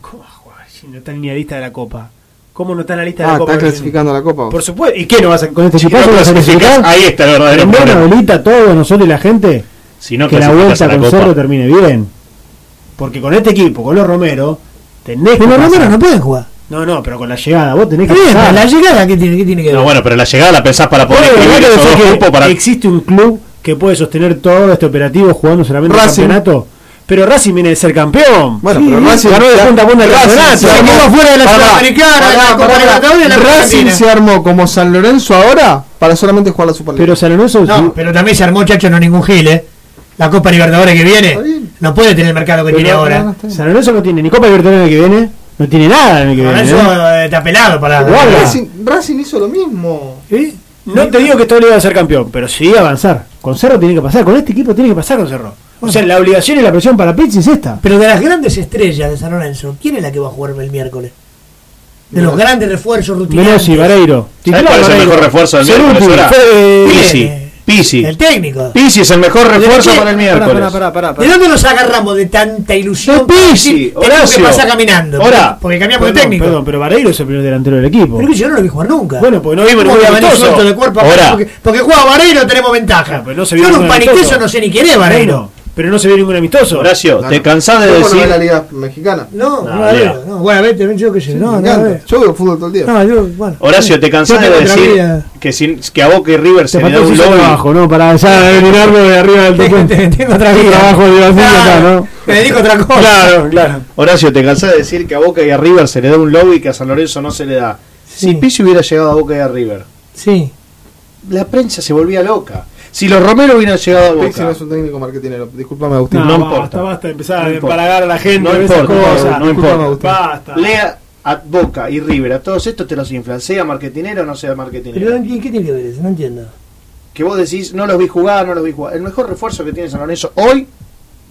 Speaker 2: ¿Cómo va a jugar Bergini? No está ni en la lista de la Copa. ¿Cómo no está en la lista de
Speaker 1: Ah,
Speaker 2: la Copa?
Speaker 1: está
Speaker 2: Bergini?
Speaker 1: clasificando a la Copa.
Speaker 2: Por supuesto. ¿Y qué no vas a con este
Speaker 1: Si
Speaker 2: equipo?
Speaker 1: no
Speaker 2: ¿No vas a
Speaker 1: clasificás,
Speaker 2: clasificar?
Speaker 20: ahí está el verdadero
Speaker 2: Prendé
Speaker 20: problema.
Speaker 2: una velita a todos nosotros y la gente
Speaker 20: Si no
Speaker 2: que la
Speaker 20: clasificas a
Speaker 2: vuelta
Speaker 20: la
Speaker 2: con
Speaker 20: Copa.
Speaker 2: Cerro termine bien. Porque con este equipo, con los Romero, tenés que
Speaker 9: Pero los
Speaker 2: pasar.
Speaker 9: romeros no pueden jugar.
Speaker 2: No, no, pero con la llegada, vos tenés que
Speaker 9: Está bien,
Speaker 2: pasar.
Speaker 9: pero la llegada que tiene, qué tiene que ver.
Speaker 20: No, bueno, pero la llegada la pensás para poder
Speaker 2: Bueno, la
Speaker 20: escribir
Speaker 2: verdad que
Speaker 20: esos
Speaker 2: decís
Speaker 20: dos
Speaker 2: que
Speaker 20: grupos para.
Speaker 2: Existe un club que puede sostener todo este operativo jugando solamente el
Speaker 1: Racing.
Speaker 2: campeonato. Pero Racing viene de ser campeón.
Speaker 1: Bueno, pero Racing
Speaker 2: ganó de
Speaker 1: ya-
Speaker 2: punta a punta el
Speaker 1: Racing
Speaker 2: campeonato.
Speaker 1: se armó- Pará, pará, pará. Racing se armó como San Lorenzo ahora para solamente jugar la Superliga.
Speaker 2: Pero San Lorenzo
Speaker 3: No, pero también se armó, chacho, no ningún gil, ¿eh? La Copa Libertadores que viene no puede tener el mercado que tiene ahora.
Speaker 2: San Lorenzo no tiene ni Copa Libertadores en el que viene, no tiene nada en el que
Speaker 3: Con
Speaker 2: viene.
Speaker 3: eso
Speaker 2: ¿eh?
Speaker 3: eh, está pelado para.
Speaker 2: Guarda.
Speaker 1: Racing, Racing hizo lo mismo.
Speaker 2: No te digo que todo le iba a ser campeón, pero sí avanzar. Con Cerro tiene que pasar, con este equipo tiene que pasar con Cerro. O sea, la obligación y la presión para Pizzi es esta.
Speaker 3: Pero de las grandes estrellas de San Lorenzo, ¿quién es la que va a jugar el miércoles?
Speaker 2: De los
Speaker 3: grandes refuerzos
Speaker 2: Menos y Vareiro.
Speaker 20: ¿Sabés cuál es el mejor refuerzo del miércoles
Speaker 2: Ceruti,
Speaker 20: ahora?
Speaker 2: fue-
Speaker 20: Pisi. Pisi.
Speaker 3: El técnico.
Speaker 20: Pisi es el mejor refuerzo para el miércoles.
Speaker 3: ¿De dónde nos agarramos de tanta ilusión? para decir, tenemos
Speaker 2: Horacio.
Speaker 3: que pasar caminando.
Speaker 2: Ahora.
Speaker 3: Porque cambiamos de
Speaker 2: Perdón,
Speaker 3: técnico.
Speaker 2: Perdón, pero Vareiro es el primer delantero del equipo.
Speaker 3: Pero que yo no lo vi jugar nunca.
Speaker 2: Bueno, pues no vimos
Speaker 3: ¿Cómo
Speaker 2: ningún
Speaker 3: voy a venir
Speaker 2: amistoso.
Speaker 3: suelto de cuerpo acá?
Speaker 2: Ahora.
Speaker 3: Porque, porque juega Vareiro tenemos ventaja.
Speaker 2: no se vio
Speaker 3: yo pues no
Speaker 2: ningún
Speaker 3: paniqué
Speaker 2: amistoso.
Speaker 3: eso, no sé ni quién es Vareiro.
Speaker 2: Pero no se vio ningún amistoso.
Speaker 20: Horacio, te cansás de
Speaker 1: ¿Cómo no ve la
Speaker 20: decir.
Speaker 1: Liga Mexicana?
Speaker 3: No,
Speaker 20: No,
Speaker 3: no, Vareiro,
Speaker 20: mira.
Speaker 3: no. Bueno, vete, ven yo qué sé.
Speaker 1: Me
Speaker 3: No, no,
Speaker 1: encanta.
Speaker 3: veo.
Speaker 1: Yo veo fútbol todo el día.
Speaker 3: No, yo, bueno.
Speaker 20: Horacio, te cansás
Speaker 3: Yo
Speaker 20: de
Speaker 3: tengo otra
Speaker 20: decir
Speaker 3: vida.
Speaker 20: que, sin, que a Boca y River se
Speaker 2: Se
Speaker 20: le da
Speaker 2: faltó
Speaker 20: un
Speaker 2: ese
Speaker 20: lobby.
Speaker 2: trabajo, ¿no? Para
Speaker 20: <laughs>
Speaker 2: allá de mirarlo de arriba del tejón.
Speaker 3: Tengo otra
Speaker 2: Ese
Speaker 3: vida.
Speaker 2: trabajo de Brasil acá, ¿no?
Speaker 3: Me dedico a otra cosa.
Speaker 2: Claro, claro.
Speaker 20: Horacio, te cansás de decir que a Boca y a River se le da un lobby que a San Lorenzo no se le da. Si Pizzi hubiera llegado a Boca y a River,
Speaker 3: Sí.
Speaker 20: la prensa se volvía loca. Si los Romero hubieran llegado a
Speaker 1: Pixi no
Speaker 20: Boca,
Speaker 1: es un técnico marketinero. Disculpame, Agustín.
Speaker 20: No,
Speaker 1: No,
Speaker 20: importa.
Speaker 2: Basta, basta, empezar
Speaker 20: No
Speaker 2: a
Speaker 20: importa.
Speaker 2: empalagar a la gente.
Speaker 20: No
Speaker 2: con esas
Speaker 20: importa,
Speaker 2: cosas.
Speaker 20: no importa.
Speaker 2: Basta.
Speaker 20: lea a Boca y River, a todos estos te los inflan, sea marketinero o no sea marketinero.
Speaker 3: Pero ¿y ¿qué tiene que ver eso? No entiendo.
Speaker 20: que vos decís, no los vi jugar, no los vi jugar. El mejor refuerzo que tiene San Lorenzo hoy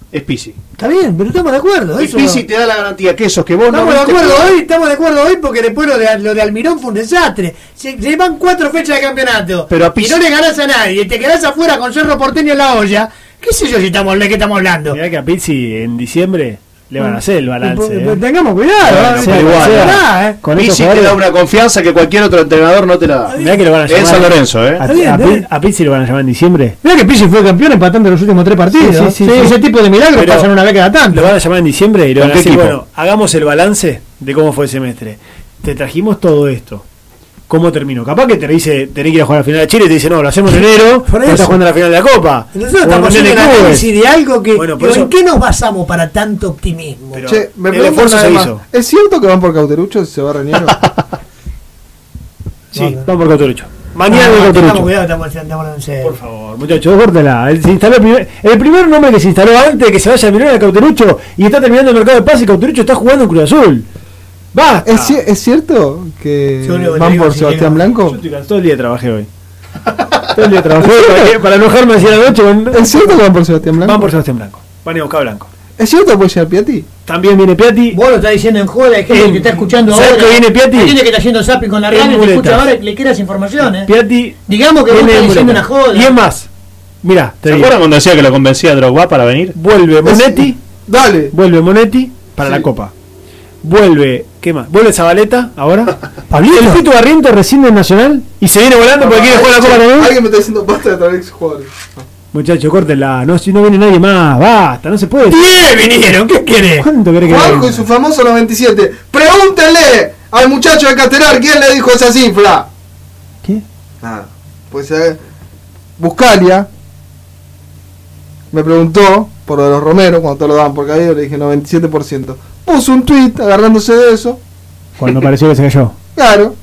Speaker 20: es Pisi.
Speaker 3: Está bien, pero estamos de acuerdo.
Speaker 20: Y
Speaker 3: eso-
Speaker 20: Pisi te da la garantía que esos que vos no
Speaker 3: Estamos de
Speaker 20: viste
Speaker 3: acuerdo
Speaker 20: jugar-
Speaker 3: hoy, estamos de acuerdo hoy porque después lo de, lo de Almirón fue un desastre. Se, se van cuatro fechas de campeonato
Speaker 20: Pero a
Speaker 3: y
Speaker 20: Pizzi-
Speaker 3: no le ganás a nadie, te quedás afuera con Cerro Porteño en la olla. ¿Qué sé yo si estamos, de qué estamos hablando?
Speaker 2: Mirá que a Pizzi en diciembre le van a hacer el balance.
Speaker 3: Pero-
Speaker 2: ¿eh?
Speaker 3: pero pues, Tengamos cuidado,
Speaker 2: Bueno,
Speaker 3: ¿eh?
Speaker 2: sea
Speaker 3: Tengamos
Speaker 2: igual,
Speaker 3: cuidado,
Speaker 2: ¿eh?
Speaker 3: ¿eh?
Speaker 2: Con
Speaker 20: Pizzi
Speaker 2: estos
Speaker 20: te da
Speaker 2: jugadores-
Speaker 20: una confianza que cualquier otro entrenador no te la da.
Speaker 2: Mirá que lo van a
Speaker 20: En
Speaker 2: llamar.
Speaker 20: San Lorenzo, ¿eh?
Speaker 2: A,
Speaker 20: Está bien,
Speaker 2: a
Speaker 20: está
Speaker 2: Pi-
Speaker 20: bien.
Speaker 2: a Pizzi lo van a llamar en diciembre.
Speaker 3: Mirá que Pizzi fue campeón empatando los últimos tres partidos.
Speaker 2: Sí, sí, sí, sí.
Speaker 3: Ese tipo de milagros
Speaker 2: Pero-
Speaker 3: pasan una vez cada tanto.
Speaker 2: Lo van a llamar en diciembre y le
Speaker 20: ¿Con
Speaker 2: van a
Speaker 20: qué
Speaker 2: decir,
Speaker 20: equipo?
Speaker 2: bueno, hagamos el balance de cómo fue el semestre. Te trajimos todo esto. ¿Cómo terminó? Capaz que te dice, tenés que ir a jugar a la final de Chile y te dice, no, lo hacemos en enero,
Speaker 3: Por
Speaker 2: porque
Speaker 3: eso.
Speaker 2: estás jugando a la final de la Copa.
Speaker 3: Nosotros
Speaker 2: O al
Speaker 3: estamos
Speaker 2: Mundial
Speaker 3: haciendo
Speaker 2: de
Speaker 3: un
Speaker 2: Clubes.
Speaker 3: análisis de algo que.
Speaker 2: Bueno, por
Speaker 3: pero
Speaker 2: eso-
Speaker 3: ¿En qué nos basamos para tanto optimismo?
Speaker 1: Che, me
Speaker 2: el
Speaker 1: preguntan
Speaker 2: esfuerzo se
Speaker 1: además,
Speaker 2: hizo.
Speaker 1: ¿Es cierto que van por Cauterucho si se va Reñero?
Speaker 2: Sí, vamos por Cauterucho. Mañana
Speaker 3: Ah,
Speaker 2: de
Speaker 3: tengamos
Speaker 2: Cauterucho.
Speaker 3: cuidado, estamos, estamos en serio.
Speaker 2: Por favor, muchachos, córtala. El, se instaló el, primer, el primer nombre que se instaló antes de que se vaya a mirar era Cauterucho y está terminando el mercado de pase y Cauterucho está jugando en Cruz Azul. ¡Basta!
Speaker 1: ¿Es, ci- es cierto que
Speaker 2: Yo le- le
Speaker 1: van
Speaker 2: digo
Speaker 1: por
Speaker 2: si
Speaker 1: Sebastián
Speaker 2: quiero-
Speaker 1: Blanco?
Speaker 2: Yo estoy cansado, todo el día trabajé hoy. Todo el día trabajé para, que- para enojarme hacia la noche. con-
Speaker 1: ¿Es cierto que van por Sebastián Blanco?
Speaker 2: Van por Sebastián Blanco. Van a buscar a Blanco.
Speaker 1: ¿Es cierto que puede llegar Piatti?
Speaker 2: También viene Piatti.
Speaker 3: Vos lo estás diciendo en joda, hay gente
Speaker 2: Eh,
Speaker 3: que está escuchando
Speaker 2: ¿sabés
Speaker 3: ahora.
Speaker 2: que viene Piatti?
Speaker 3: Hay gente que está yendo zapping con la
Speaker 2: En
Speaker 3: radio y te escucha
Speaker 2: muletas.
Speaker 3: ahora y le quieras información, eh.
Speaker 2: Piatti.
Speaker 3: Digamos que vos
Speaker 2: viene
Speaker 3: estás
Speaker 2: en
Speaker 3: diciendo una
Speaker 2: muleta.
Speaker 3: joda.
Speaker 2: Y es más, mira, te
Speaker 20: ¿Se
Speaker 2: digo,
Speaker 20: acuerdan cuando decía que lo convencía a Drogba para venir?
Speaker 2: vuelve Monetti.
Speaker 1: Dale.
Speaker 2: Vuelve Monetti para la Copa. Vuelve, ¿qué más? Vuelve Zabaleta ahora. <laughs> Pablito. El Pitu Barriento recién del Nacional y se viene volando porque quiere jugar la Copa también.
Speaker 1: Alguien me está diciendo basta de traer jugadores.
Speaker 2: Muchacho, córtela. No, si no viene nadie más, basta, no se puede.
Speaker 3: ¡Bien vinieron! ¿Qué querés?
Speaker 2: ¿Cuánto querés que
Speaker 1: Juanjo
Speaker 2: venga?
Speaker 1: y su famoso 97. Pregúntenle al muchacho de Castelar quién le dijo esa cifra.
Speaker 2: ¿Qué?
Speaker 1: Nada. Pues eh, Buscalia me preguntó por lo de los Romeros, cuando todos lo daban por caído, le dije 97%. puso un tweet agarrándose de eso.
Speaker 2: Cuando pareció que se cayó.
Speaker 1: Claro.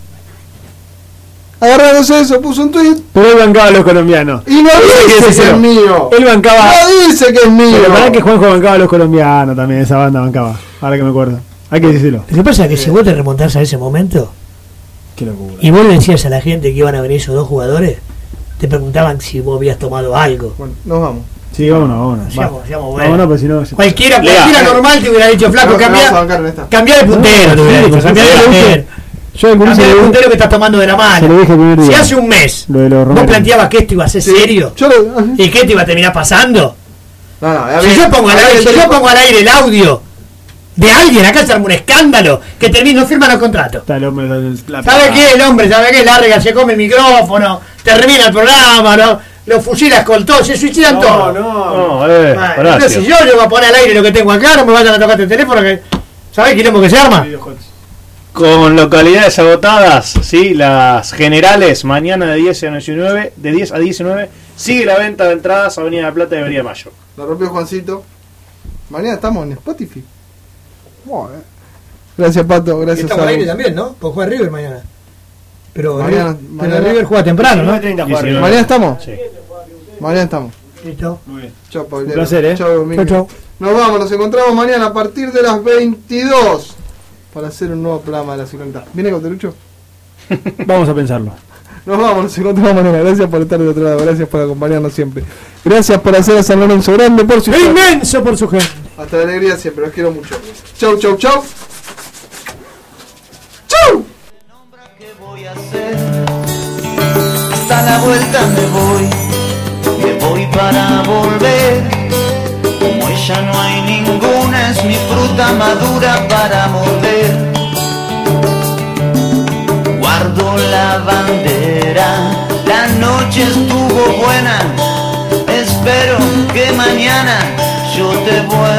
Speaker 1: Agarrándose de eso, puso un tweet.
Speaker 2: Pero él bancaba a los colombianos.
Speaker 1: Y no dice que es
Speaker 2: Sincero.
Speaker 1: mío.
Speaker 2: Él bancaba.
Speaker 1: No dice que es mío.
Speaker 2: Pero para que Juanjo bancaba a los colombianos también, esa banda bancaba. Ahora que me acuerdo. Hay que decirlo.
Speaker 3: Lo que pasa es que si vos te remontás a ese momento
Speaker 2: Qué locura.
Speaker 3: y vos le decías a la gente que iban a venir esos dos jugadores, te preguntaban si vos habías tomado algo.
Speaker 1: Nos vamos.
Speaker 2: Sí, vámonos, vámonos.
Speaker 3: Seamos-
Speaker 2: Va.
Speaker 3: seamos buenos.
Speaker 2: Vámonos, pues si no.
Speaker 3: Cualquiera, cualquiera
Speaker 25: eh.
Speaker 3: normal te hubiera dicho, flaco,
Speaker 1: No, no
Speaker 3: cambiá,
Speaker 1: vamos a bancar en esta.
Speaker 3: cambiá de puntero, te hubiera dicho, cambiá de puntero.
Speaker 2: Yo el
Speaker 3: Cambiá de puntero que estás tomando de la
Speaker 2: Se lo
Speaker 3: mano.
Speaker 2: dije el primer día.
Speaker 3: Si hace un mes
Speaker 2: Lo de los
Speaker 3: vos
Speaker 2: Romero.
Speaker 3: planteabas que esto iba a ser serio y que esto iba a terminar pasando,
Speaker 1: No, no, a
Speaker 3: si
Speaker 1: ver,
Speaker 3: yo pongo al
Speaker 1: a ver,
Speaker 3: aire,
Speaker 1: yo
Speaker 3: si yo
Speaker 1: le-
Speaker 3: pongo al aire el audio de alguien, acá se arma un escándalo que termina, no firman los contratos.
Speaker 2: Está el hombre. la- la-
Speaker 3: ¿Sabe qué? El hombre, ¿sabe qué? Larga, se come el micrófono, termina el programa, ¿no? Los fusilas con todo, se suicidan todos.
Speaker 25: No, eh,
Speaker 3: Ah,
Speaker 25: Horacio.
Speaker 3: entonces, si yo le voy a poner al aire lo que tengo acá, no me vayan a tocar este teléfono que. ¿Sabés el quilombo que se arma?
Speaker 25: Con localidades agotadas, sí, las generales, mañana de 10 a 19, de 10 a 19, sigue la venta de entradas Avenida de la Plata y Avenida de Mayo.
Speaker 1: Lo rompió Juancito. Mañana estamos en Spotify. Bueno, eh. Gracias, Pato. Gracias
Speaker 3: Estamos
Speaker 1: a
Speaker 3: al aire
Speaker 1: vos.
Speaker 3: también, ¿no? Porque juega River mañana. Pero,
Speaker 1: Mañana-
Speaker 3: River, pero
Speaker 1: mañana-
Speaker 3: River juega temprano, ¿no?
Speaker 2: 19:30
Speaker 1: Mañana
Speaker 2: juega River.
Speaker 1: estamos. Mañana estamos.
Speaker 3: Listo.
Speaker 1: Chao, Pablero.
Speaker 2: Un placer, eh.
Speaker 1: Chao, Miki.
Speaker 2: Chau, chau.
Speaker 1: Nos vamos, nos encontramos mañana a partir de las 22 para hacer un nuevo programa de la segunda. ¿Viene Cauterucho?
Speaker 2: Vamos a pensarlo.
Speaker 1: Nos vamos, nos encontramos mañana. Gracias por estar del otro lado, gracias por acompañarnos siempre. Gracias por hacer a San Lorenzo grande por su
Speaker 3: Inmenso por su gente.
Speaker 1: Hasta la alegría siempre, los quiero mucho. Chau, chau, chau. ¡Chau!
Speaker 14: Hasta la vuelta me voy, me voy para volver. Como ella no hay ninguna, es mi fruta madura para morder. Guardo la bandera, la noche estuvo buena. Espero que mañana yo te vuelva.